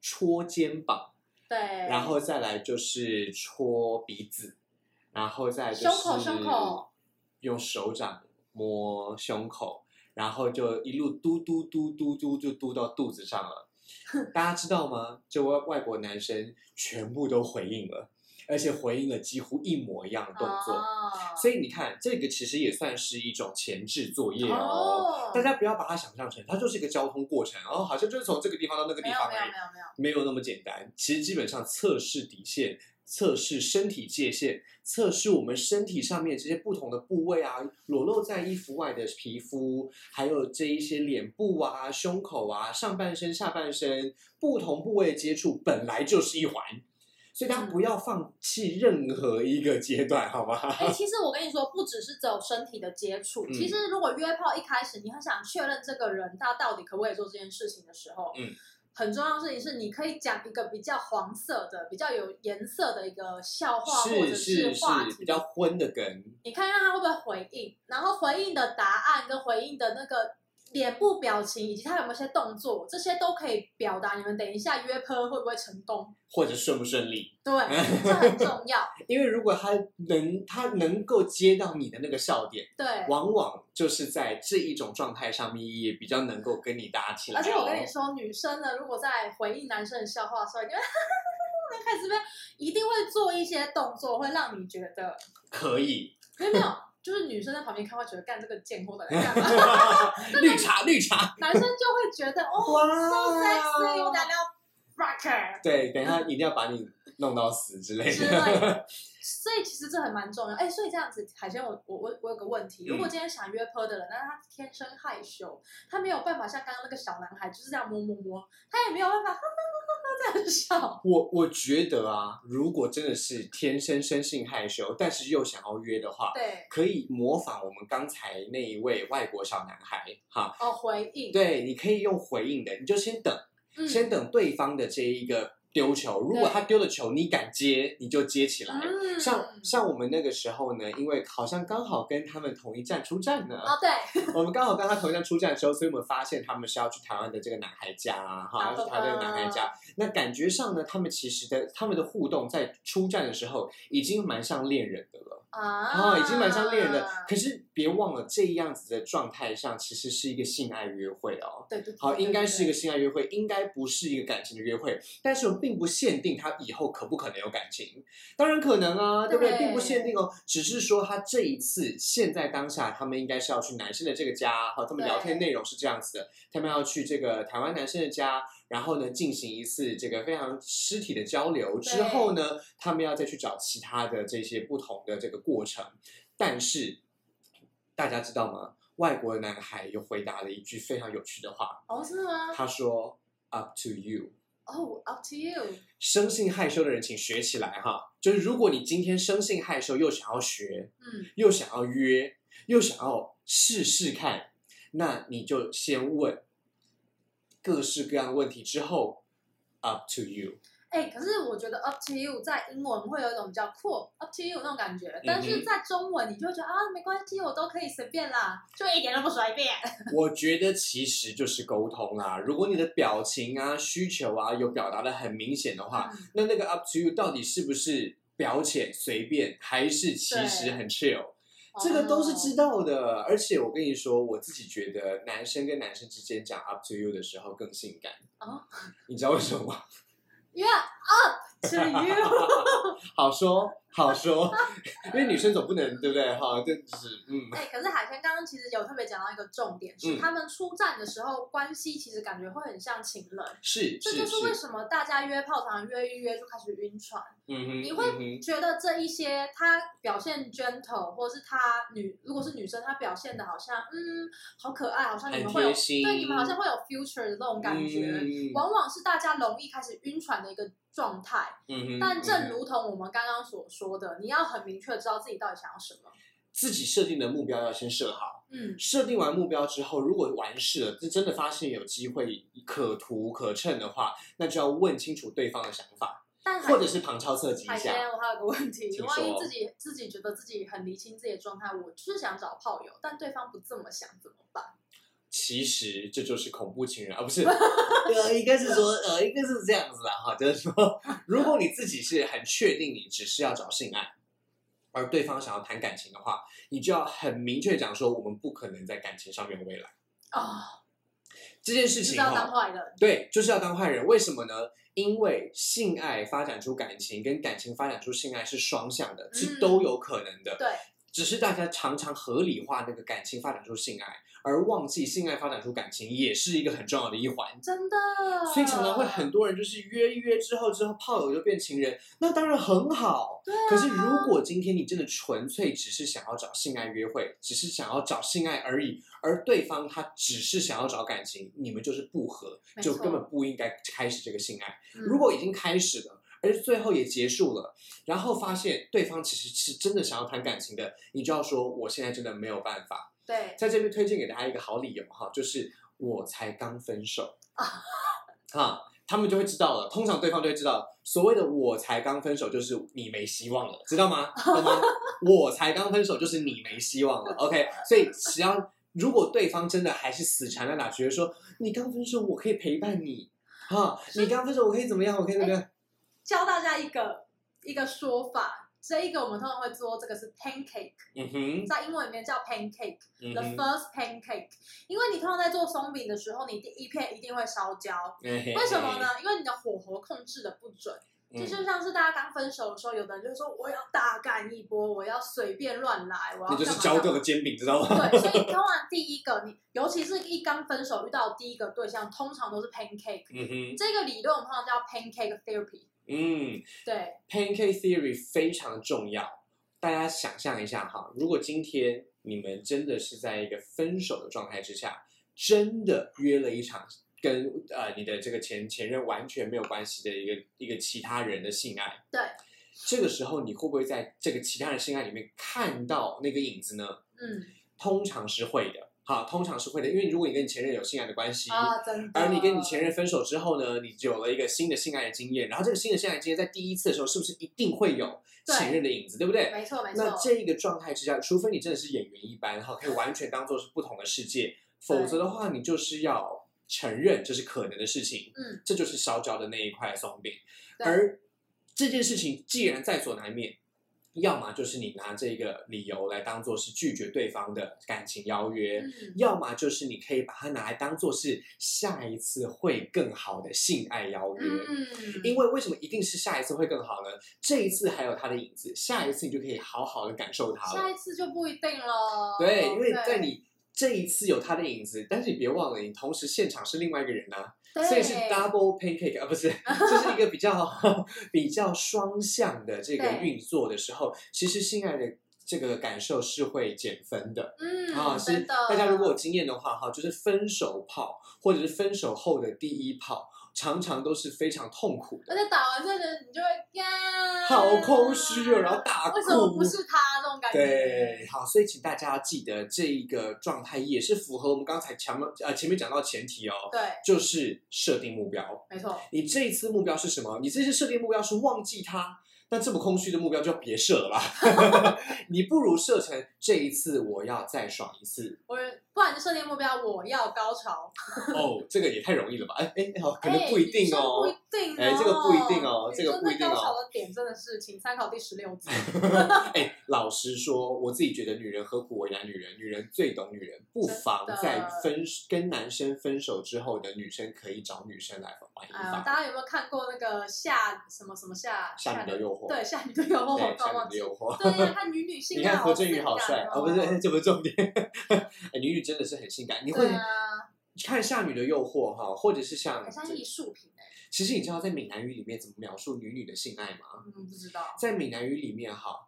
Speaker 1: 戳肩膀，
Speaker 2: 对，
Speaker 1: 然后再来就是戳鼻子，然后再来就
Speaker 2: 胸口
Speaker 1: 是
Speaker 2: 胸口
Speaker 1: 用手掌摸胸口，然后就一路嘟嘟嘟嘟嘟就嘟到肚子上 了。大家知道吗？这位外国男生全部都回应了，而且回应了几乎一模一样的动作。
Speaker 2: 哦
Speaker 1: 所以你看，这个其实也算是一种前置作业哦。
Speaker 2: 哦
Speaker 1: 大家不要把它想象成它就是一个交通过程，哦，好像就是从这个地方到那个
Speaker 2: 没
Speaker 1: 地
Speaker 2: 有
Speaker 1: 方
Speaker 2: 没
Speaker 1: 而
Speaker 2: 有
Speaker 1: 已
Speaker 2: 没。有没有，
Speaker 1: 没有那么简单。其实基本上测试底线、测试身体界限、测试我们身体上面这些不同的部位啊，裸露在衣服外的皮肤，还有这一些脸部啊、胸口啊、上半身、下半身不同部位的接触，本来就是一环。所以
Speaker 2: 嗯
Speaker 1: 大家不要放弃任何一个阶段，好吗？
Speaker 2: 哎、其实我跟你说，不只是只有身体的接触，
Speaker 1: 嗯
Speaker 2: 其实如果约炮一开始你很想确认这个人他到底可不可以做这件事情的时候，
Speaker 1: 嗯。
Speaker 2: 很重要的事情是，你可以讲一个比较黄色的、比较有颜色的一个笑话或者
Speaker 1: 是是
Speaker 2: 话
Speaker 1: 是，
Speaker 2: 题
Speaker 1: 比，较昏的梗，
Speaker 2: 你看看他会不会回应，然后回应的答案跟回应的那个脸部表情，以及他有没有一些动作，这些都可以表达你们等一下约炮会不会成功。
Speaker 1: 或者顺不顺利。
Speaker 2: 对，这很重要。
Speaker 1: 因为如果他能他能够接到你的那个笑点。
Speaker 2: 对，
Speaker 1: 往往就是在这一种状态上面，也比较能够跟你搭起来、哦。
Speaker 2: 而且我跟你说，女生呢，如果在回应男生的笑话的时候，你就开始被一定会做一些动作，会让你觉得
Speaker 1: 可 以，
Speaker 2: 没有没有，就是女生在旁边看会觉得干这个贱货的人干嘛，
Speaker 1: 绿茶绿茶，
Speaker 2: 男生就会觉得哦，so sexy，我打要 rocker
Speaker 1: 对，等一下一定要把你弄到死之类
Speaker 2: 之
Speaker 1: 的。
Speaker 2: 类的。所以其实这很蛮重要，哎，所以这样子，海鲜，我我我我有个问题，如果今天想约炮的人，但是他天生害羞，他没有办法像刚刚那个小男孩就是这样摸摸摸，他也没有办法哈哈哈哈这样笑，
Speaker 1: 我我觉得啊，如果真的是天生生性害羞，但是又想要约的话，
Speaker 2: 对。
Speaker 1: 可以模仿我们刚才那一位外国小男孩哈。
Speaker 2: 哦，回应，
Speaker 1: 对，你可以用回应的，你就先等，
Speaker 2: 嗯，
Speaker 1: 先等对方的这一个丢球。如果他丢的球你敢接，你就接起来。
Speaker 2: 嗯，
Speaker 1: 像像我们那个时候呢，因为好像刚好跟他们同一站出站呢，
Speaker 2: 哦，对，
Speaker 1: 我们刚好跟他同一站出站的时候，所以我们发现他们是要去台湾的这个男孩家啊，哈，要去台湾的男孩家。那感觉上呢，他们其实的他们的互动在出站的时候已经蛮像恋人的了，
Speaker 2: 啊，
Speaker 1: 哦，已经蛮像恋人的。可是别忘了，这样子的状态上其实是一个性爱约会哦。
Speaker 2: 对对，对
Speaker 1: 好，应该是一个，
Speaker 2: 对
Speaker 1: 性爱约会，应该不是一个感情的约会。但是我们并不限定他以后可不可能有感情，当然可能啊，对不对？
Speaker 2: 对
Speaker 1: 并不限定哦，只是说他这一次现在当下，他们应该是要去男生的这个家，好，他们
Speaker 2: 对
Speaker 1: 聊天内容是这样子的，他们要去这个台湾男生的家，然后呢进行一次这个非常尸体的交流之后呢，他们要再去找其他的这些不同的这个过程，但是。大家知道吗？外国男孩有回答了一句非常有趣的话，
Speaker 2: 哦，真的吗？
Speaker 1: 他说：“Up to you。”
Speaker 2: 哦，up to you。
Speaker 1: 生性害羞的人，请学起来哈。就是如果你今天生性害羞，又想要学，
Speaker 2: 嗯，
Speaker 1: 又想要约，又想要试试看，那你就先问各式各样的问题，之后 up to you。
Speaker 2: 哎，可是我觉得 up to you 在英文会有一种叫 cool up to you 那种感
Speaker 1: 嗯
Speaker 2: 觉，但是在中文你就会觉得啊，没关系，我都可以随便啦，就一点都不随便。
Speaker 1: 我觉得其实就是沟通啦、如果你的表情啊、需求啊有表达的很明显的话，
Speaker 2: 嗯
Speaker 1: 那那个 up to you 到底是不是表浅随便，还是其实很 chill？这
Speaker 2: 哦
Speaker 1: 个都是知道的，而且我跟你说，我自己觉得男生跟男生之间讲 up to you 的时候更性感
Speaker 2: 哦，
Speaker 1: 你知道为什么吗？
Speaker 2: ，Yeah up to you 。
Speaker 1: 好说好说，因为女生总不能对不对？哈，这就是嗯，
Speaker 2: 哎，可是海鲜刚刚其实有特别讲到一个重点，是
Speaker 1: 嗯
Speaker 2: 他们出战的时候关系其实感觉会很像情人。
Speaker 1: 是
Speaker 2: 这就是是为
Speaker 1: 是，
Speaker 2: 什么大家约炮常常约一约就开始晕船，
Speaker 1: 嗯哼，
Speaker 2: 你会
Speaker 1: 嗯哼
Speaker 2: 觉得这一些他表现 gentle，或是他女如果是女生，她表现的好像嗯好可爱，好像你
Speaker 1: 很
Speaker 2: 们会有
Speaker 1: 贴心，
Speaker 2: 对你们好像会有 future 的那种感觉，
Speaker 1: 嗯
Speaker 2: 往往是大家容易开始晕船的一个状态。
Speaker 1: 嗯哼，
Speaker 2: 但正
Speaker 1: 嗯哼
Speaker 2: 如同我们刚刚所说的，你要很明确知道自己到底想要什么。
Speaker 1: 自己设定的目标要先设好，
Speaker 2: 嗯，
Speaker 1: 设定完目标之后，如果完事了，这真的发现有机会可图可乘的话，那就要问清楚对方的想法，
Speaker 2: 但海
Speaker 1: 或者是旁敲侧击
Speaker 2: 海
Speaker 1: 一下。
Speaker 2: 鲜，我还有个问题，
Speaker 1: 请
Speaker 2: 万一
Speaker 1: 说
Speaker 2: 自己自己觉得自己很厘清自己的状态，我就是想找炮友，但对方不这么想怎么办？
Speaker 1: 其实这就是恐怖情人啊，不 是？呃，应该是说，呃，应该是这样子啦，哈，就是说，如果你自己是很确定你只是要找性爱，而对方想要谈感情的话，你就要很明确讲说，我们不可能在感情上面有未来
Speaker 2: 啊、
Speaker 1: 这件事
Speaker 2: 就是
Speaker 1: 情哦
Speaker 2: 要
Speaker 1: 哈
Speaker 2: 当。坏人。
Speaker 1: 对，就是要当坏人。为什么呢？因为性爱发展出感情，跟感情发展出性爱是双向的，是都有可能的。
Speaker 2: 对，
Speaker 1: 只是大家常常合理化那个感情发展出性爱，而忘记性爱发展出感情也是一个很重要的一环。
Speaker 2: 真的。
Speaker 1: 所以常常会很多人就是约一约之后，之后炮友就变情人，那当然很好。
Speaker 2: 对啊。
Speaker 1: 可是如果今天你真的纯粹只是想要找性爱约会，只是想要找性爱而已，而对方他只是想要找感情，你们就是不合，
Speaker 2: 没错
Speaker 1: 就根本不应该开始这个性爱。
Speaker 2: 嗯
Speaker 1: 如果已经开始了。而最后也结束了，然后发现对方其实是真的想要谈感情的，你就要说我现在真的没有办法，
Speaker 2: 对，
Speaker 1: 在这边推荐给大家一个好理由哈，就是我才刚分 手啊，他们就会知道了。通常对方就会知道，所谓的我才刚分手就是你没希望了，知道 吗？懂吗？我才刚分手就是你没希望了。OK，所以只要如果对方真的还是死缠烂打，觉得说你刚分手，我可以陪伴你啊，你刚分手，我可以怎么样？我可以怎么
Speaker 2: 哎
Speaker 1: 样？
Speaker 2: 教大家一个一个说法，这一个我们通常会做这个是 pancake，
Speaker 1: 嗯哼，
Speaker 2: 在英文里面叫 pancake。
Speaker 1: 嗯
Speaker 2: The
Speaker 1: 哼，
Speaker 2: first pancake，因为你通常在做松饼的时候，你第一片一定会烧焦，为
Speaker 1: 为
Speaker 2: 什么？呢？因为你的火候控制的不准，
Speaker 1: 嗯
Speaker 2: 就就像是大家刚分手的时候，有的人就说我要大干一波，我要随便乱来，我要
Speaker 1: 你就是
Speaker 2: 干
Speaker 1: 焦
Speaker 2: 嘛
Speaker 1: 掉
Speaker 2: 干嘛
Speaker 1: 的煎饼，知道吗？
Speaker 2: 对，所以通常第一个你，尤其是一刚分手遇到第一个对象，通常都是 pancake。
Speaker 1: 嗯哼，
Speaker 2: 这个理论我们通常叫 pancake therapy。
Speaker 1: 嗯。
Speaker 2: 对，
Speaker 1: Pancake Theory 非常重要。大家想象一下哈，如果今天你们真的是在一个分手的状态之下，真的约了一场跟呃你的这个前前任完全没有关系的一个一个其他人的性爱，
Speaker 2: 对，
Speaker 1: 这个时候你会不会在这个其他人性爱里面看到那个影子呢？
Speaker 2: 嗯，
Speaker 1: 通常是会的，哈，通常是会的，因为如果你跟你前任有性爱的关系，
Speaker 2: 啊，真的。
Speaker 1: 而你跟你
Speaker 2: 嗯
Speaker 1: 前任分手之后呢，你有了一个新的性爱的经验，然后这个新的性爱经验在第一次的时候，是不是一定会有
Speaker 2: 对
Speaker 1: 前任的影子，对不对？
Speaker 2: 没错没
Speaker 1: 那
Speaker 2: 错，嗯
Speaker 1: 这一个状态之下，除非你真的是演员一般哈，可以完全当做是不同的世界，否则的话，你就是要承认这是可能的事情，
Speaker 2: 嗯，
Speaker 1: 这就是烧焦的那一块松饼。
Speaker 2: 对
Speaker 1: 而这件事情既然在所难免，要么就是你拿这个理由来当做是拒绝对方的感情邀约，
Speaker 2: 嗯，
Speaker 1: 要么就是你可以把它拿来当做是下一次会更好的性爱邀约。因
Speaker 2: 嗯，
Speaker 1: 为为什么一定是下一次会更好呢？这一次还有它的影子，下一次你就可以好好的感受它
Speaker 2: 下
Speaker 1: 了。
Speaker 2: 一次就不一定了。
Speaker 1: 对，因为在
Speaker 2: 对
Speaker 1: 你这一次有它的影子，但是你别忘了，你同时现场是另外一个人呐、
Speaker 2: 对
Speaker 1: 所以是 double pancake 啊，不 是，这是一个比较比较双向的这个
Speaker 2: 对
Speaker 1: 运作的时候，其实性爱的这个感受是会减分的
Speaker 2: 嗯，
Speaker 1: 啊。是
Speaker 2: 真的，
Speaker 1: 大家如果有经验的话哈，就是分手炮或者是分手后的第一炮，常常都是非常痛苦的。
Speaker 2: 而且打完这个你就会呀，
Speaker 1: 好空虚哦，然后大哭。
Speaker 2: 嗯为什么不是他这种感觉？
Speaker 1: 对，好，所以请大家记得这一个状态也是符合我们刚才前面呃前面讲到的前提哦，
Speaker 2: 对，
Speaker 1: 就是设定目标。
Speaker 2: 没错，
Speaker 1: 你这一次目标是什么？你这次设定目标是忘记它，那这么空虚的目标就别设了吧。 你不如设成这一次我要再爽一次。
Speaker 2: 我不然就设定目标，我要高潮。
Speaker 1: 哦，这个也太容易了吧？哎哎，好，可能不一定哦。
Speaker 2: 哎不一定哦，
Speaker 1: 哎这个不一定哦
Speaker 2: 女
Speaker 1: 这个
Speaker 2: 生
Speaker 1: 不一定哦
Speaker 2: 对高潮的点真的是，请参考第十 六集。
Speaker 1: 哎，老实说，我自己觉得女人何苦为难女人？女人最懂女人，不妨
Speaker 2: 真的
Speaker 1: 在分跟男生分手之后的女生可以找女生来玩一
Speaker 2: 哎呦，
Speaker 1: 玩。
Speaker 2: 大家有没有看过那个夏什么什么夏
Speaker 1: 夏女的诱惑
Speaker 2: 对，夏女的诱惑，我
Speaker 1: 对，
Speaker 2: 刚
Speaker 1: 下女
Speaker 2: 忘
Speaker 1: 的
Speaker 2: 记。
Speaker 1: 诱惑。
Speaker 2: 对呀，看女女性
Speaker 1: 你
Speaker 2: 爱
Speaker 1: 看
Speaker 2: 好
Speaker 1: 何振宇
Speaker 2: 性
Speaker 1: 好
Speaker 2: 感
Speaker 1: 帅
Speaker 2: 哦
Speaker 1: 啊，不是，这不是重点。 哎，女女真的是很性感，你会
Speaker 2: 对啊，
Speaker 1: 看《夏女的诱惑》哈，或者是像
Speaker 2: 很像艺术品哎，
Speaker 1: 其实你知道在闽南语里面怎么描述女女的性爱吗？
Speaker 2: 嗯，不知道。
Speaker 1: 在闽南语里面哈，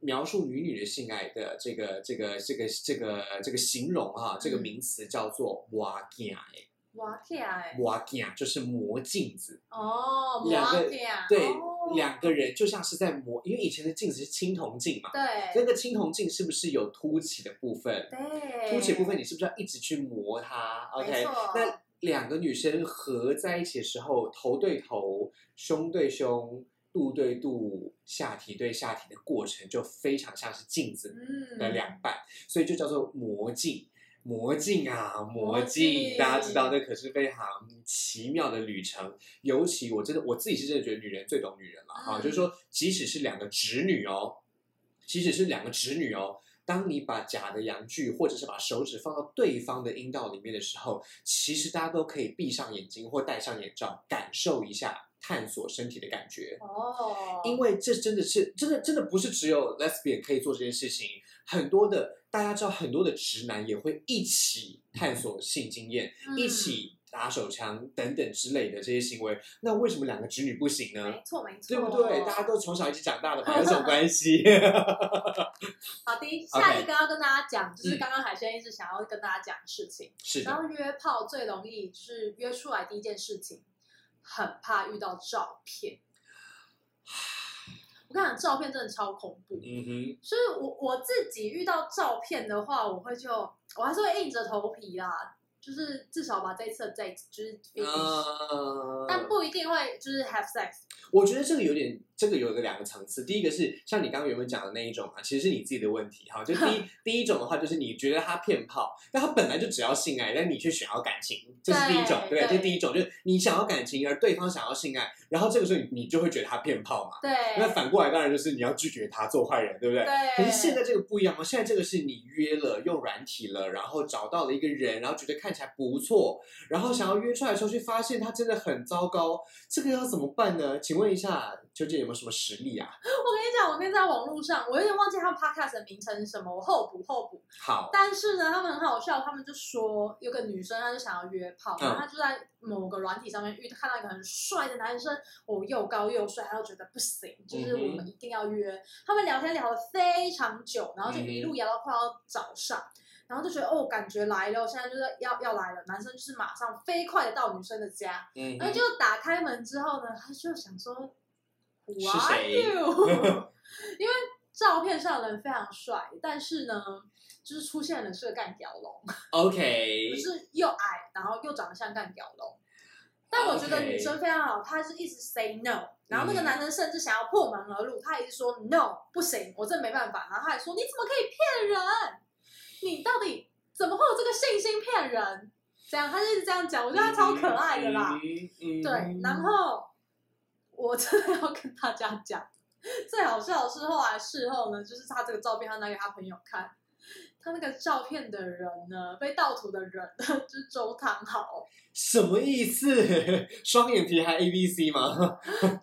Speaker 1: 描述女女的性爱的这个这个这个这个呃这个形容哈，这个
Speaker 2: 嗯
Speaker 1: 名词叫做“哇镜”哎，
Speaker 2: 哇天哎，
Speaker 1: 哇镜就是磨镜子，
Speaker 2: 哦，
Speaker 1: 两
Speaker 2: 哇
Speaker 1: 个
Speaker 2: 天啊，
Speaker 1: 对
Speaker 2: 哦，
Speaker 1: 两个人就像是在磨，因为以前的镜子是青铜镜嘛，那
Speaker 2: 对
Speaker 1: 个青铜镜是不是有凸起的部分？
Speaker 2: 对，
Speaker 1: 凸起的部分你是不是要一直去磨它
Speaker 2: 没
Speaker 1: ？OK，
Speaker 2: 错
Speaker 1: 那两个女生合在一起的时候，头对头，胸对胸，肚对肚，下体对下体的过程，就非常像是镜子
Speaker 2: 嗯
Speaker 1: 的两半，所以就叫做魔镜。魔镜啊，魔镜，
Speaker 2: 镜
Speaker 1: 大家知道这可是非常奇妙的旅程。尤其我真的我自己是真的觉得女人最懂女人了哈、
Speaker 2: 嗯
Speaker 1: 就是说，即使是两个直女哦，即使是两个直女哦，当你把假的阳具或者是把手指放到对方的阴道里面的时候，其实大家都可以闭上眼睛或戴上眼罩，感受一下探索身体的感觉。
Speaker 2: 哦，
Speaker 1: 因为这真的是真的真的不是只有 lesbian 可以做这件事情，很多的大家知道，很多的直男也会一起探索性经验，
Speaker 2: 嗯
Speaker 1: 一起打手枪等等之类的这些行为。那为什么两个直女不行
Speaker 2: 嗯，
Speaker 1: 呢？
Speaker 2: 没错没错，
Speaker 1: 对不对？大家都从小一起长大的嘛，有 什么关系？
Speaker 2: 好的，
Speaker 1: OK
Speaker 2: 下一个要跟大家讲，就是
Speaker 1: 嗯
Speaker 2: 刚刚海鲜一直想要跟大家讲的事情。
Speaker 1: 是
Speaker 2: 然
Speaker 1: 的，
Speaker 2: 后约炮最容易就是约出来第一件事情，很怕遇到照 片。我跟你讲，照片真的超恐怖。
Speaker 1: 嗯哼，
Speaker 2: 所以我我自己遇到照片的话，我会就我还是会硬着头皮啦，就是至少把这一次的 date 就是
Speaker 1: 嗯
Speaker 2: finish，、
Speaker 1: 啊
Speaker 2: 但不一定会就是 have sex。
Speaker 1: 我觉得这个有点，这个有个两个层次。第一个是像你刚刚原本讲的那一种啊，其实是你自己的问题哈。就 第一第一种的话，就是你觉得他骗炮，但他本来就只要性爱，但你却想要感情，这是第一种，对，
Speaker 2: 对对
Speaker 1: 这是第一种，就是你想要感情，而对方想要性爱，然后这个时候你你就会觉得他骗炮嘛。
Speaker 2: 对，
Speaker 1: 那反过来当然就是你要拒绝他做坏人，对不对？可
Speaker 2: 对，
Speaker 1: 是现在这个不一样哦，现在这个是你约了，用软体了，然后找到了一个人，然后觉得看起来不错，然后想要约出来的时候，却发现他真的很糟糕，这个要怎么办呢？请问一下，究竟有没有什么实力啊？
Speaker 2: 我跟你讲，我那天在网络上，我有点忘记他们 podcast 的名称是什么，我候补候补。
Speaker 1: 好，
Speaker 2: 但是呢，他们很好笑，他们就说有个女生，她就想要约炮，
Speaker 1: 嗯
Speaker 2: 然后她就在某个软体上面遇看到一个很帅的男生，我、又高又帅，她就觉得不行，就是我们一定要约。他们聊天聊了非常久，然后就一路聊到快要早上。然后就觉得哦，感觉来了，现在就是要要来了。男生就是马上飞快的到女生的家，
Speaker 1: 嗯
Speaker 2: 然后就打开门之后呢，他就想说，Who
Speaker 1: 是
Speaker 2: are
Speaker 1: 谁
Speaker 2: you？因为照片上的人非常帅，但是呢，就是出现了是个干屌龙，
Speaker 1: OK，
Speaker 2: 就是又矮，然后又长得像干屌龙。但我觉得
Speaker 1: OK
Speaker 2: 女生非常好，她是一直 say no，然后那个
Speaker 1: 嗯
Speaker 2: 男生甚至想要破门而入，他一直说 no 不行，我真没办法。然后他还说你怎么可以骗人？你到底怎么会有这个信心骗人？这样，他就一直这样讲，我觉得他超可爱的啦。
Speaker 1: 嗯嗯
Speaker 2: 对，然后我真的要跟大家讲，最好笑的是后来事后呢，就是他这个照片他拿给他朋友看，他那个照片的人呢，被盗图的人呢， 就是周汤豪，
Speaker 1: 什么意思？ 双眼皮还 A B C 吗？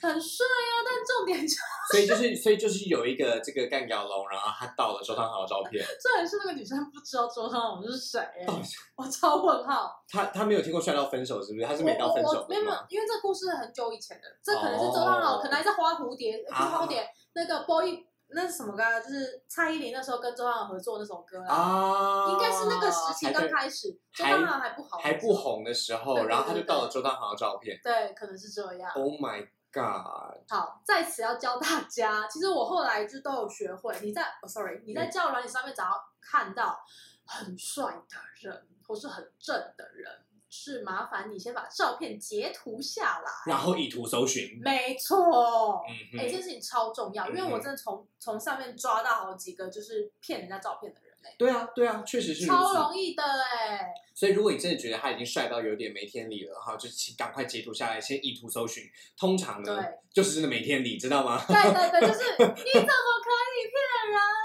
Speaker 2: 很帅啊，但重点就
Speaker 1: 所以就是，所以就是有一个这个干掉龙，然后他盗了周汤豪的照片，
Speaker 2: 重点是那个女生不知道周汤豪是谁、
Speaker 1: 哦
Speaker 2: 我超问号，
Speaker 1: 他他没有听过帅到分手，是不是？他是没到分
Speaker 2: 我
Speaker 1: 手
Speaker 2: 我没有
Speaker 1: 的
Speaker 2: 没有
Speaker 1: 吗？，
Speaker 2: 因为这故事很久以前的，这可能是周汤豪，
Speaker 1: 哦
Speaker 2: 可能还在花蝴蝶，不是
Speaker 1: 啊
Speaker 2: 花蝴蝶那个 boy。那是什么歌啊？就是蔡依林那时候跟周汉合作那首歌啊，
Speaker 1: 啊，
Speaker 2: 应该是那个时期刚
Speaker 1: 还
Speaker 2: 开始，周
Speaker 1: 还
Speaker 2: 汉还不好，
Speaker 1: 还不。红的时候，
Speaker 2: 对对
Speaker 1: 然后他
Speaker 2: 对
Speaker 1: 就
Speaker 2: 对
Speaker 1: 到了周汤豪的照片
Speaker 2: 对，可能是这样。
Speaker 1: ，Oh my God，
Speaker 2: 好，在此要教大家，其实我后来就都有学会。你在、哦、，sorry，
Speaker 1: 嗯
Speaker 2: 你在教软体上面只要看到很帅的人或是很正的人，是麻烦你先把照片截图下来。
Speaker 1: 然后以图搜寻，
Speaker 2: 没错，
Speaker 1: 嗯
Speaker 2: 哎、
Speaker 1: 哼
Speaker 2: 这件事情超重要，因为我真的从从上面抓到好几个就是骗人家照片的人嘞、
Speaker 1: 对啊，对啊，确实是如
Speaker 2: 超
Speaker 1: 此。
Speaker 2: 容易的哎、
Speaker 1: 所以，如果你真的觉得他已经帅到有点没天理了哈，就请赶快截图下来，先意图搜寻。通常呢
Speaker 2: 对，
Speaker 1: 就是真的没天理，知道吗？
Speaker 2: 对对对，就是你怎么可以骗人？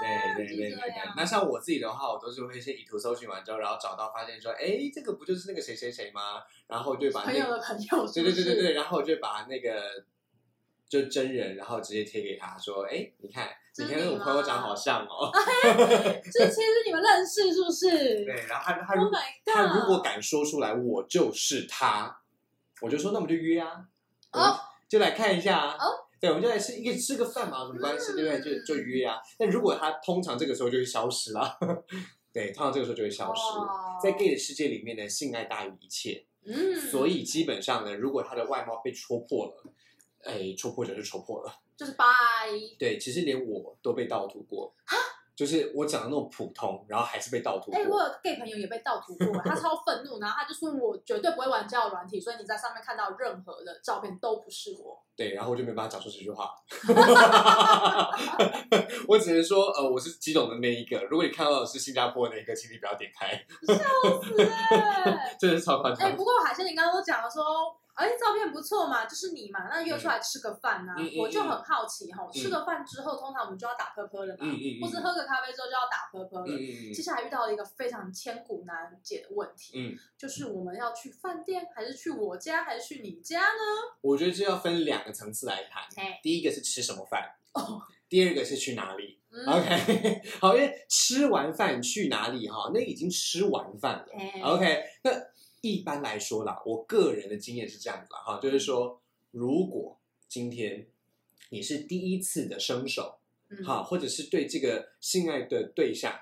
Speaker 1: 对对
Speaker 2: 啊就
Speaker 1: 对
Speaker 2: 是
Speaker 1: 对
Speaker 2: 这
Speaker 1: 对
Speaker 2: 样。
Speaker 1: 那像我自己的话，我都是会先以图搜寻完之后，然后找到发现说，哎，这个不就是那个谁谁谁吗？然后就把那
Speaker 2: 朋友的朋友是
Speaker 1: 对
Speaker 2: 不
Speaker 1: 对
Speaker 2: 是，
Speaker 1: 对对对，然后我就把那个就真人，然后直接贴给他说，哎，你看，
Speaker 2: 这
Speaker 1: 你
Speaker 2: 是
Speaker 1: 看跟
Speaker 2: 你
Speaker 1: 我朋友
Speaker 2: 吗啊
Speaker 1: 长好像哦。
Speaker 2: 就是其实你们认识是不是？
Speaker 1: 对，然后他他
Speaker 2: Oh
Speaker 1: 如
Speaker 2: my god！
Speaker 1: 他如果敢说出来我就是他，我就说那我们就约啊，我们
Speaker 2: 哦
Speaker 1: 就来看一下啊。
Speaker 2: 哦嗯
Speaker 1: 对，我们就来吃一个吃个饭嘛，有什么关系？对不对？就就约啊。但如果他通常这个时候就会消失了， 对，通常这个时候就会消失。
Speaker 2: 哦
Speaker 1: 在 gay 的世界里面呢，性爱大于一切，
Speaker 2: 嗯，
Speaker 1: 所以基本上呢，如果他的外貌被戳破了，哎，戳破就是戳破了。
Speaker 2: 就是拜
Speaker 1: 对，其实连我都被盗图过，就是我讲的那种普通，然后还是被盗图
Speaker 2: 哎、
Speaker 1: 过
Speaker 2: 我。有 gay 朋友也被盗图过，他超愤怒，然后他就说我绝对不会玩交友软体，所以你在上面看到任何的照片都不是 我。
Speaker 1: 对，然后我就没办法讲出这句 话，我只能说，呃，我是基隆的那一个。如果你看到的是新加坡的那一个，请你不要点开，
Speaker 2: 对，哎、
Speaker 1: 真的是超夸张。
Speaker 2: 不过海鲜，你刚刚都讲了说。哎，照片不错嘛，就是你嘛，那约出来吃个饭啊，
Speaker 1: 嗯嗯嗯
Speaker 2: 我就很好奇哈、
Speaker 1: 嗯
Speaker 2: 吃个饭之后，通常我们就要打泼泼了嘛，
Speaker 1: 嗯嗯嗯
Speaker 2: 或者喝个咖啡之后就要打泼泼
Speaker 1: 嗯
Speaker 2: 了。
Speaker 1: 嗯
Speaker 2: 接下来遇到了一个非常千古难解的问题，
Speaker 1: 嗯，
Speaker 2: 就是我们要去饭店，还是去我家，还是去你家呢？
Speaker 1: 我觉得这要分两个层次来谈。
Speaker 2: 哎，
Speaker 1: 第一个是吃什么饭，
Speaker 2: 哦
Speaker 1: 第二个是去哪里。
Speaker 2: 嗯，
Speaker 1: OK，好， 因为吃完饭去哪里哈，那已经吃完饭了。
Speaker 2: 哎
Speaker 1: OK，那一般来说啦，我个人的经验是这样子啦，哈，就是说，如果今天你是第一次的生手，
Speaker 2: 嗯
Speaker 1: 哈，或者是对这个性爱的对象、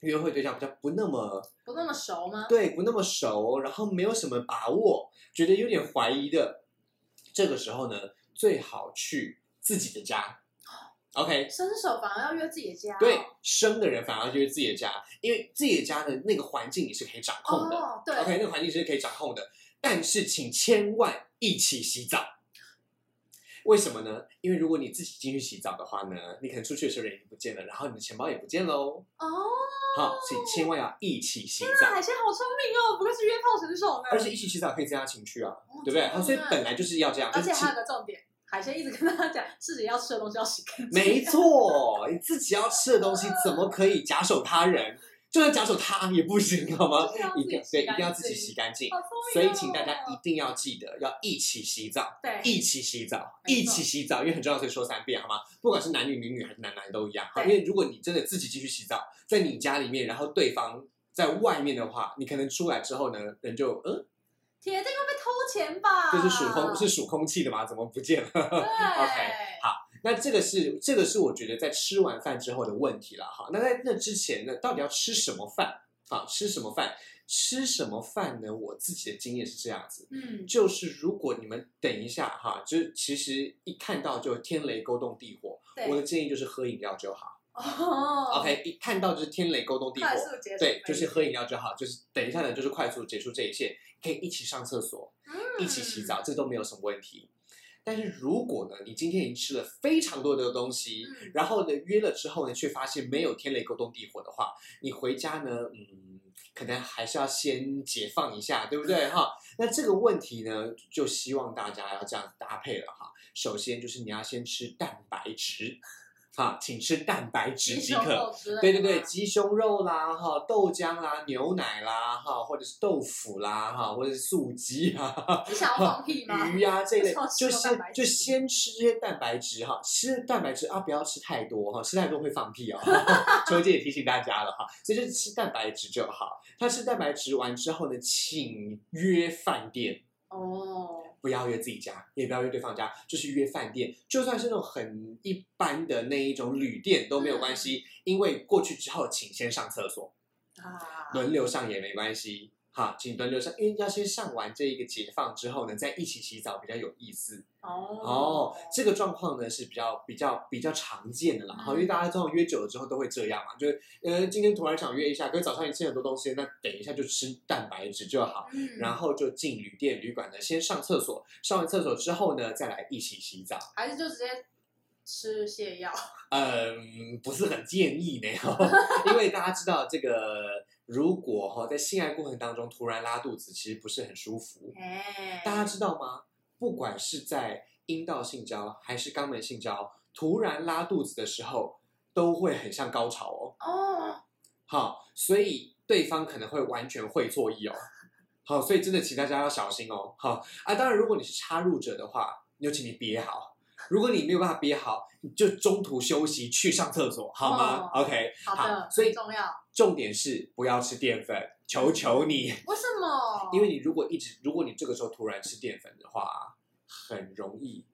Speaker 1: 约会对象比较不那么
Speaker 2: 不那么熟吗？
Speaker 1: 对不那么熟，然后没有什么把握，觉得有点怀疑的，这个时候呢，最好去自己的家。OK，
Speaker 2: 伸手反而要约自己的家哦、
Speaker 1: 对，生的人反而就是自己的家，因为自己的家的那个环境你是可以掌控的。
Speaker 2: 哦，对
Speaker 1: OK，那个环境是可以掌控的，但是请千万一起洗澡。为什么呢？因为如果你自己进去洗澡的话呢，你可能出去的时候人已经不见了，然后你的钱包也不见喽。
Speaker 2: 哦，
Speaker 1: 好，所以千万要一起洗澡，
Speaker 2: 海鲜好聪明哦，不愧是约炮神手呢。
Speaker 1: 而且一起洗澡可以增加情趣啊，
Speaker 2: 哦
Speaker 1: 对不对？
Speaker 2: 真的
Speaker 1: 好，所以本来就是要这样，
Speaker 2: 而
Speaker 1: 就是
Speaker 2: 且
Speaker 1: 请
Speaker 2: 还有个重点，海鲜一直跟大家讲，自己要吃的东西要洗 干净。
Speaker 1: 没错，你自己要吃的东西怎么可以假手他人？就算假手他也不行，好吗
Speaker 2: 就是要？自
Speaker 1: 一
Speaker 2: 己
Speaker 1: 定
Speaker 2: 洗
Speaker 1: 对，一
Speaker 2: 干
Speaker 1: 定要自己
Speaker 2: 净
Speaker 1: 洗干净。
Speaker 2: 好聪明、哦。
Speaker 1: 所以请大家一定要记得要一起洗澡。
Speaker 2: 对
Speaker 1: 一起洗澡，
Speaker 2: 没错
Speaker 1: 一起洗澡，因为很重要，所以说三遍好吗？不管是男女、女女还是男男都一样，好，
Speaker 2: 对
Speaker 1: 因为如果你真的自己继续洗澡，在你家里面，然后对方在外面的话，你可能出来之后呢，人就嗯，
Speaker 2: 铁定会被偷钱吧？
Speaker 1: 这是数
Speaker 2: 啊
Speaker 1: 空、是数空气的吗？怎么不见
Speaker 2: 对。
Speaker 1: 了？OK，好那这个是这个是我觉得在吃完饭之后的问题了哈。那在那之前呢，到底要吃什么饭？好，吃什么饭？吃什么饭呢？我自己的经验是这样子，
Speaker 2: 嗯，
Speaker 1: 就是如果你们等一下哈，就是其实一看到就天雷勾动地火，
Speaker 2: 对。
Speaker 1: 我的建议就是喝饮料就好。
Speaker 2: 哦
Speaker 1: OK，一看到就是天雷勾动地火
Speaker 2: 快，速结束
Speaker 1: 对，就是喝饮料就好，就是等一下呢，就是快速结束这一切，可以一起上厕所，一起洗。澡，这都没有什么问题。但是如果呢，你今天已经吃了非常多的东西，
Speaker 2: 嗯
Speaker 1: 然后呢约了之后呢，却发现没有天雷勾动地火的话，你回家呢，嗯，可能还是要先解放一下，对不对哈？那这个问题呢，就希望大家要这样搭配了哈。首先就是你要先吃蛋白质，哈，请吃蛋白质即可。
Speaker 2: 可
Speaker 1: 对对对，鸡胸肉啦，哈，豆浆啦，牛奶啦，哈，或者是豆腐啦，哈，或者是素鸡啊，
Speaker 2: 你想要放屁吗？
Speaker 1: 鱼呀、这一类
Speaker 2: 为什么，吃
Speaker 1: 就
Speaker 2: 有
Speaker 1: 先
Speaker 2: 蛋白质
Speaker 1: 就先吃这些蛋白质哈，吃蛋白质啊，不要吃太多哈，吃太多会放屁哦。 秋姐也提醒大家了哈，所以就是吃蛋白质就好。他吃蛋白质完之后呢，请约饭店，
Speaker 2: 哦，
Speaker 1: 不要约自己家，也不要约对方家，就是约饭店，就算是那种很一般的那一种旅店都没有关系，因为过去之后请先上厕所，
Speaker 2: 啊，
Speaker 1: 轮流上也没关系。好，请轮流上，因为要先上完这一个解放之后呢，再一起洗澡比较有意思。
Speaker 2: 哦
Speaker 1: 哦，这个状况呢是比较比较比较常见的啦，好、因为大家通常约久了之后都会这样嘛，就是呃今天突然想约一下，可是早上也吃很多东西，那等一下就吃蛋白质就好，
Speaker 2: 嗯，
Speaker 1: 然后就进旅店旅馆呢先上厕所，上完厕所之后呢再来一起洗澡，
Speaker 2: 还是就直接吃泻药，
Speaker 1: 嗯，不是很建议呢，因为大家知道这个如果哈、在性爱过程当中突然拉肚子，其实不是很舒服，
Speaker 2: 哎
Speaker 1: 大家知道吗？不管是在阴道性交还是肛门性交，突然拉肚子的时候，都会很像高潮哦。
Speaker 2: 哦，
Speaker 1: 好，所以对方可能会完全会错意哦。好，所以真的请大家要小心哦。好啊，当然如果你是插入者的话，就请你憋好。如果你没有办法憋好，你就中途休息去上厕所，好吗、
Speaker 2: 哦
Speaker 1: o k
Speaker 2: 好的，
Speaker 1: 所以
Speaker 2: 很重要。
Speaker 1: 重点是不要吃淀粉，求求你。
Speaker 2: 为什么？
Speaker 1: 因为你如果一直，如果你这个时候突然吃淀粉的话，很容易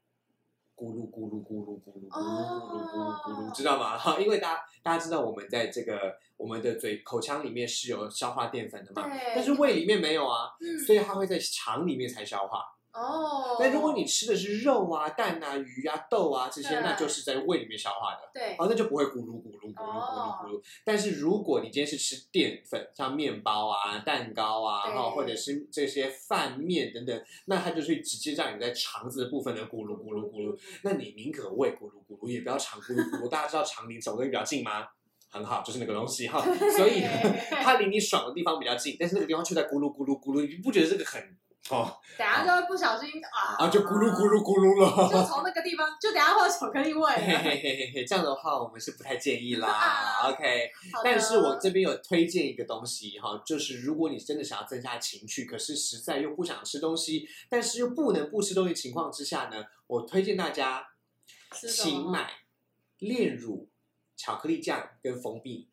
Speaker 1: 咕噜咕噜咕噜咕噜咕噜咕噜咕噜咕噜，知道吗？哈，因为大家大家知道我们在这个我们的嘴口腔里面是有消化淀粉的嘛，
Speaker 2: 对，
Speaker 1: 但是胃里面没有啊，
Speaker 2: 嗯
Speaker 1: 所以它会在肠里面才消化。
Speaker 2: 哦，
Speaker 1: 但如果你吃的是肉啊、蛋啊、鱼啊、豆啊这些，
Speaker 2: 对
Speaker 1: 那就是在胃里面消化的。
Speaker 2: 对
Speaker 1: 哦，那就不会咕噜咕噜咕噜咕噜咕
Speaker 2: 哦
Speaker 1: 噜。但是如果你今天是吃淀粉，像面包啊、蛋糕啊，
Speaker 2: 对
Speaker 1: 哈，或者是这些饭面等等，那它就是直接让你在肠子的部分呢咕噜咕噜咕
Speaker 2: 嗯
Speaker 1: 噜。那你宁可胃咕噜咕噜，也不要肠咕噜咕 噜。大家知道肠离手跟比较近吗？很好，就是那个东西 哈。所以呢，它离你爽的地方比较近，但是那个地方却在咕噜咕噜咕噜，你不觉得这个很 哦？
Speaker 2: 等下就会不小心啊
Speaker 1: 啊，就咕噜咕噜，咕噜了。
Speaker 2: 就从那个地方，就等下会有巧克力味
Speaker 1: 嘿
Speaker 2: 了。
Speaker 1: 嘿嘿嘿嘿，这样的话我们是不太建议啦。
Speaker 2: 啊
Speaker 1: OK，
Speaker 2: 好的
Speaker 1: 但是我这边有推荐一个东西哈，就是如果你真的想要增加情趣，可是实在又不想吃东西，但是又不能不吃东西情况之下呢，我推荐大家，
Speaker 2: 吃什么
Speaker 1: 请买炼乳、巧克力酱跟蜂蜜。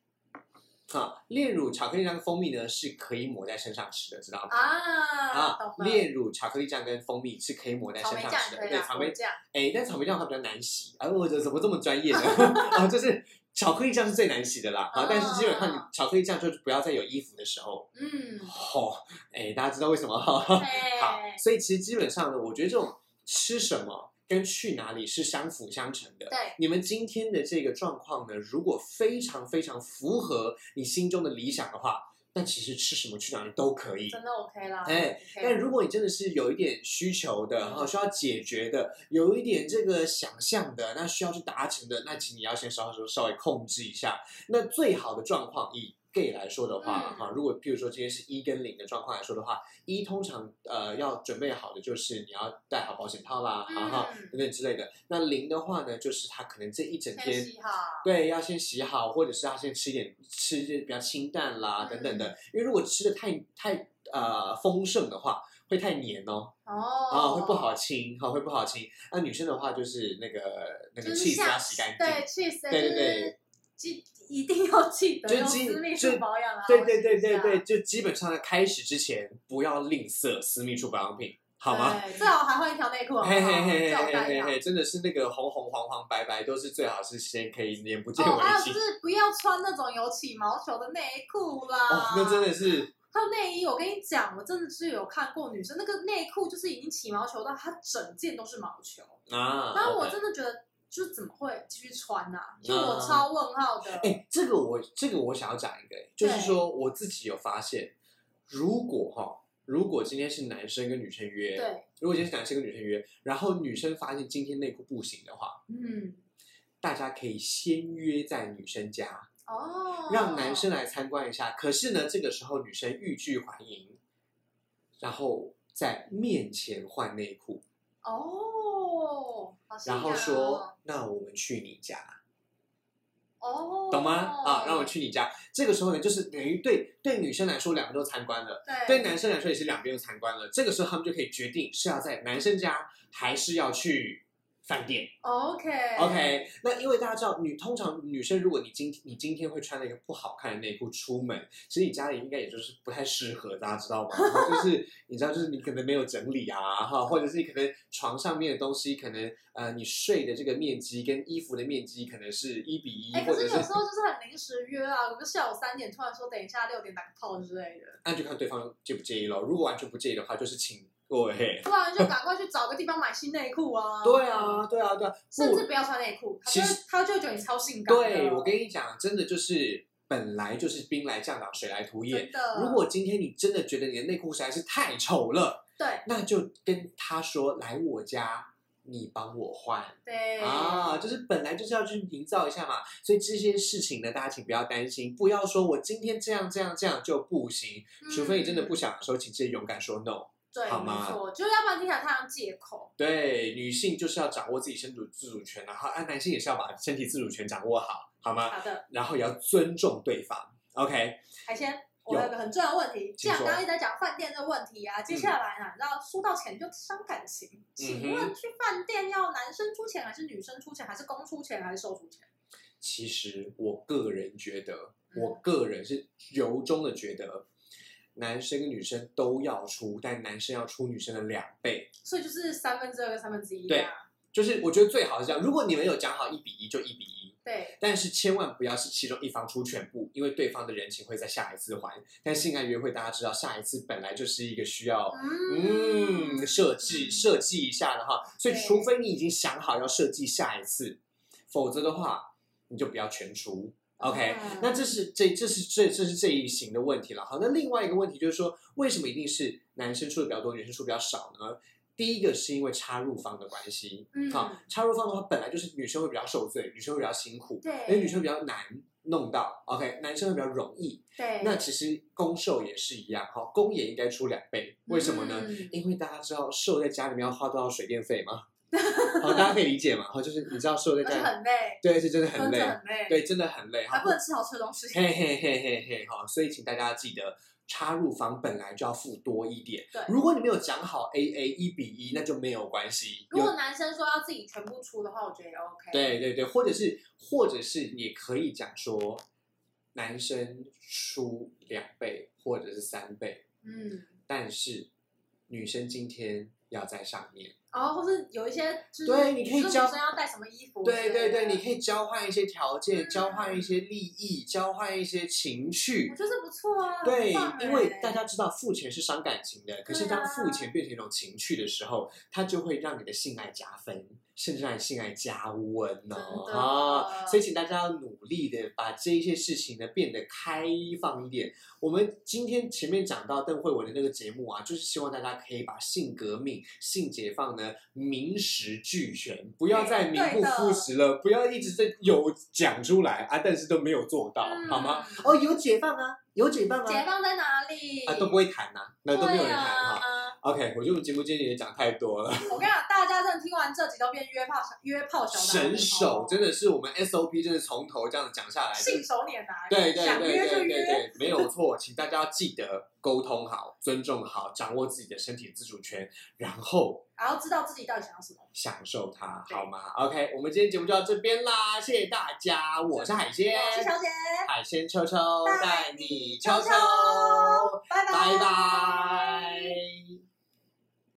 Speaker 1: 哈，炼乳、巧克力酱跟蜂蜜呢是可以抹在身上吃的，知道吗？
Speaker 2: 啊，
Speaker 1: 啊
Speaker 2: 懂，了
Speaker 1: 炼乳、巧克力酱跟蜂蜜是可以抹在
Speaker 2: 草
Speaker 1: 身
Speaker 2: 莓
Speaker 1: 上
Speaker 2: 酱
Speaker 1: 吃的，
Speaker 2: 也可以啊
Speaker 1: 对，
Speaker 2: 啦，
Speaker 1: 草莓
Speaker 2: 酱
Speaker 1: 哎，但草莓酱它比较难洗，啊，我这怎么这么专业呢？ 啊，就是巧克力酱是最难洗的啦，啊，但是基本上你
Speaker 2: 哦
Speaker 1: 巧克力酱就是不要在有衣服的时候，
Speaker 2: 嗯，
Speaker 1: 哦，哎，大家知道为什么 哈？好，
Speaker 2: 哎，
Speaker 1: 所以其实基本上呢，我觉得这种吃什么跟去哪里是相辅相成的。
Speaker 2: 对，
Speaker 1: 你们今天的这个状况呢，如果非常非常符合你心中的理想的话，那其实吃什么去哪里都可以。
Speaker 2: 真的 OK 啦，
Speaker 1: 哎
Speaker 2: OK，
Speaker 1: 但如果你真的是有一点需求的，
Speaker 2: 嗯
Speaker 1: 然后需要解决的，有一点这个想象的，那需要去达成的，那请你要先稍稍稍微控制一下。那最好的状况以 gay 来说的话，
Speaker 2: 嗯
Speaker 1: 哈、如果譬如说今天是一跟零的状况来说的话，一通常呃要准备好的就是你要带好保险套啦，
Speaker 2: 嗯
Speaker 1: 然后等等之类的。那零的话呢，就是他可能这一整
Speaker 2: 先
Speaker 1: 天
Speaker 2: 洗好，
Speaker 1: 对，要先洗好，或者是要先吃一点吃一些比较清淡啦、
Speaker 2: 嗯
Speaker 1: 等等的，因为如果吃的太太呃丰盛的话，会太黏哦，啊、
Speaker 2: 哦，
Speaker 1: 会不好清，哈、会不好清。那女生的话就是那个那
Speaker 2: 就
Speaker 1: 个
Speaker 2: 是
Speaker 1: cheese
Speaker 2: 下
Speaker 1: 要洗干净，
Speaker 2: 对，cheese，
Speaker 1: 对对对，
Speaker 2: 记一定要记
Speaker 1: 就
Speaker 2: 得用
Speaker 1: 记
Speaker 2: 私密
Speaker 1: 就
Speaker 2: 处保养啊，
Speaker 1: 对
Speaker 2: 我
Speaker 1: 对对
Speaker 2: 记一
Speaker 1: 对
Speaker 2: 下
Speaker 1: 对，，就基本上在开始之前不要吝啬私密处保养品，好吗？
Speaker 2: 对？最哦好还换一条内裤，好不好
Speaker 1: 嘿嘿嘿
Speaker 2: 最好
Speaker 1: 嘿
Speaker 2: 带一
Speaker 1: 嘿
Speaker 2: 条。
Speaker 1: 嘿，真的是那个红红黄黄白白都是最好是先可以眼不见
Speaker 2: 哦，
Speaker 1: 为
Speaker 2: 还有
Speaker 1: 净
Speaker 2: 就是不要穿那种有起毛球的内裤啦。
Speaker 1: 哦，那真的是
Speaker 2: 还有内衣，我跟你讲，我真的是有看过女生那个内裤，就是已经起毛球到它整件都是毛球，
Speaker 1: 啊，
Speaker 2: 然后
Speaker 1: OK
Speaker 2: 我真的觉得，就是怎么会继续穿呐、
Speaker 1: 嗯
Speaker 2: 就我超问号的。
Speaker 1: 哎、这个我这个我想要讲一个、欸，就是说我自己有发现，如果哈，如果今天是男生跟女生约，
Speaker 2: 对，
Speaker 1: 如果今天是男生跟女生约，然后女生发现今天内裤不行的话，
Speaker 2: 嗯，
Speaker 1: 大家可以先约在女生家，
Speaker 2: 哦，
Speaker 1: 让男生来参观一下。可是呢，这个时候女生欲拒还迎，然后在面前换内裤，
Speaker 2: 哦，好性
Speaker 1: 然
Speaker 2: 感
Speaker 1: 后
Speaker 2: 哦
Speaker 1: 说：“那我们去你家。”
Speaker 2: 哦，
Speaker 1: 懂吗？啊，让我去你家。这个时候呢，就是等于对对女生来说，两个都参观了。
Speaker 2: 对
Speaker 1: 对男生来说也是两边都参观了，这个时候他们就可以决定是要在男生家还是要去饭店。
Speaker 2: OK
Speaker 1: OK，那因为大家知道，女通常女生，如果你今你今天会穿了一个不好看的内裤出门，其实你家里应该也就是不太适合，大家知道吗？然后就是你知道，就是你可能没有整理啊，哈，或者是你可能床上面的东西，可能呃你睡的这个面积跟衣服的面积可能是一比一、
Speaker 2: 哎、
Speaker 1: 或
Speaker 2: 可是
Speaker 1: 者
Speaker 2: 有时
Speaker 1: 是
Speaker 2: 候就是很临时约啊，我们下午三点突然说等一下六点打个炮之类的，
Speaker 1: 那就看对方介不介意咯。如果完全不介意的话，就是请各
Speaker 2: 哦
Speaker 1: 位。
Speaker 2: 不然就赶快去找个地方买新内裤 啊。
Speaker 1: 对，啊，对啊，对啊，
Speaker 2: 甚
Speaker 1: 不
Speaker 2: 至不要穿内裤，他就
Speaker 1: 其
Speaker 2: 会
Speaker 1: 实
Speaker 2: 他就会觉得你超性感的。哦
Speaker 1: 对我跟你讲，真的就是本来就是兵来将挡，水来土掩。
Speaker 2: 真的，
Speaker 1: 如果今天你真的觉得你的内裤实在是太丑了，
Speaker 2: 对
Speaker 1: 那就跟他说来我家，你帮我换
Speaker 2: 对
Speaker 1: 啊，就是本来就是要去营造一下嘛。所以这些事情呢，大家请不要担心，不要说我今天这样这样这样就不行，除非你真的不
Speaker 2: 嗯
Speaker 1: 想的时候，请记得勇敢说 no。
Speaker 2: 对，
Speaker 1: 好
Speaker 2: 没
Speaker 1: 吗
Speaker 2: 错，就是要不然听起来太像借口。
Speaker 1: 对，女性就是要掌握自己身主自主权，然后啊，男性也是要把身体自主权掌握好，好吗？
Speaker 2: 好的，
Speaker 1: 然后也要尊重对方。OK，
Speaker 2: 海鲜。我有一个很重要的问题，既
Speaker 1: 请
Speaker 2: 然
Speaker 1: 说嗯
Speaker 2: 刚刚一直在讲饭店的问题啊，接下来呢，你知道说到钱就伤感情，请
Speaker 1: 嗯
Speaker 2: 问去饭店要男生出钱还是女生出钱，还是公出钱还是受出钱？
Speaker 1: 其实我个人觉得，
Speaker 2: 嗯
Speaker 1: 我个人是由衷的觉得，男生跟女生都要出，但男生要出女生的两倍。
Speaker 2: 所以就是三分之二跟三分之一
Speaker 1: 对
Speaker 2: 啊。
Speaker 1: 就是我觉得最好是这样，如果你们有讲好一比一，就一比一。
Speaker 2: 对，
Speaker 1: 但是千万不要是其中一方出全部，因为对方的人情会在下一次还。但性爱约会大家知道，下一次本来就是一个需要嗯设计设计一下的哈，所以
Speaker 2: 对
Speaker 1: 除非你已经想好要设计下一次，否则的话你就不要全出。OK，、
Speaker 2: 嗯
Speaker 1: 那这是这这是这这是这一型的问题了。好，那另外一个问题就是说，为什么一定是男生出的比较多，女生出的比较少呢？第一个是因为插入方的关系，
Speaker 2: 嗯
Speaker 1: 好，插入方的话本来就是女生会比较受罪，女生会比较辛苦，
Speaker 2: 对，
Speaker 1: 因为女生比较难弄到，OK，男生会比较容易。
Speaker 2: 对，
Speaker 1: 那其实攻受也是一样，哈，攻也应该出两倍，为什么呢？
Speaker 2: 嗯
Speaker 1: 因为大家知道瘦在家里面要花多少水电费 吗？好，大家可以理解嘛？好，就是你知道瘦在
Speaker 2: 而且
Speaker 1: 家里，
Speaker 2: 很累，
Speaker 1: 对，是真的
Speaker 2: 蹲
Speaker 1: 很
Speaker 2: 着
Speaker 1: 累，
Speaker 2: 很累，，
Speaker 1: 对，真的很累。
Speaker 2: 还
Speaker 1: 哈，
Speaker 2: 不能吃好吃的 东西。
Speaker 1: 嘿嘿嘿嘿嘿，哈，所以请大家记得。插入方本来就要付多一点，
Speaker 2: 对
Speaker 1: 如果你没有讲好 A A 一比一，那就没有关系。
Speaker 2: 如
Speaker 1: 有
Speaker 2: 果男生说要自己全部出的话，我觉得也 OK。
Speaker 1: 对对对，或者是或者是也可以讲说，男生出两倍或者是三倍，
Speaker 2: 嗯，
Speaker 1: 但是女生今天要在上面。
Speaker 2: 然后或是有一些就是
Speaker 1: 对你可以
Speaker 2: 就是
Speaker 1: 教
Speaker 2: 女生要带什么衣服之
Speaker 1: 对
Speaker 2: 类的，
Speaker 1: 对对，你可以交换一些条件，
Speaker 2: 嗯
Speaker 1: 交换一些利益，交换一些情绪
Speaker 2: 我。觉得不错啊。
Speaker 1: 对
Speaker 2: 很棒，欸
Speaker 1: 因为大家知道付钱是伤感情的，可是
Speaker 2: 对啊
Speaker 1: 当付钱变成一种情绪的时候，它就会让你的性爱加分，甚至让你性爱加温哦
Speaker 2: 真的
Speaker 1: 啊！所以请大家要努力的把这一些事情呢变得开放一点。我们今天前面讲到邓慧文的那个节目啊，就是希望大家可以把性革命、性解放呢名实俱全，不要再名不副实了，不要一直在有讲出来啊，但是都没有做到，
Speaker 2: 嗯
Speaker 1: 好吗？哦，有解放啊，有解放啊，
Speaker 2: 解放在哪里
Speaker 1: 啊，都不会谈呐、那都没有人谈哈、
Speaker 2: 对啊
Speaker 1: OK，我觉得我们节目今天也讲太多了，
Speaker 2: 我跟你讲，大家真的听完这集都变约炮小约炮小达
Speaker 1: 神
Speaker 2: 人了
Speaker 1: 手
Speaker 2: 哦
Speaker 1: 真的是我们 SOP 真的从头这样子讲下来，
Speaker 2: 信手拈来，
Speaker 1: 对对对
Speaker 2: 想约
Speaker 1: 对
Speaker 2: 就
Speaker 1: 对对
Speaker 2: 约。
Speaker 1: 对，没有错，请大家要记得沟通好、尊重好、掌握自己的身体自主权，然后
Speaker 2: 然后知道自己到底想要什么。
Speaker 1: 享受它，
Speaker 2: 对
Speaker 1: 好吗？OK，我们今天节目就到这边啦，谢谢大家，我是海鲜
Speaker 2: 我，是小姐，
Speaker 1: 海鲜秋秋带你秋
Speaker 2: 秋
Speaker 1: 秋。
Speaker 2: 秋。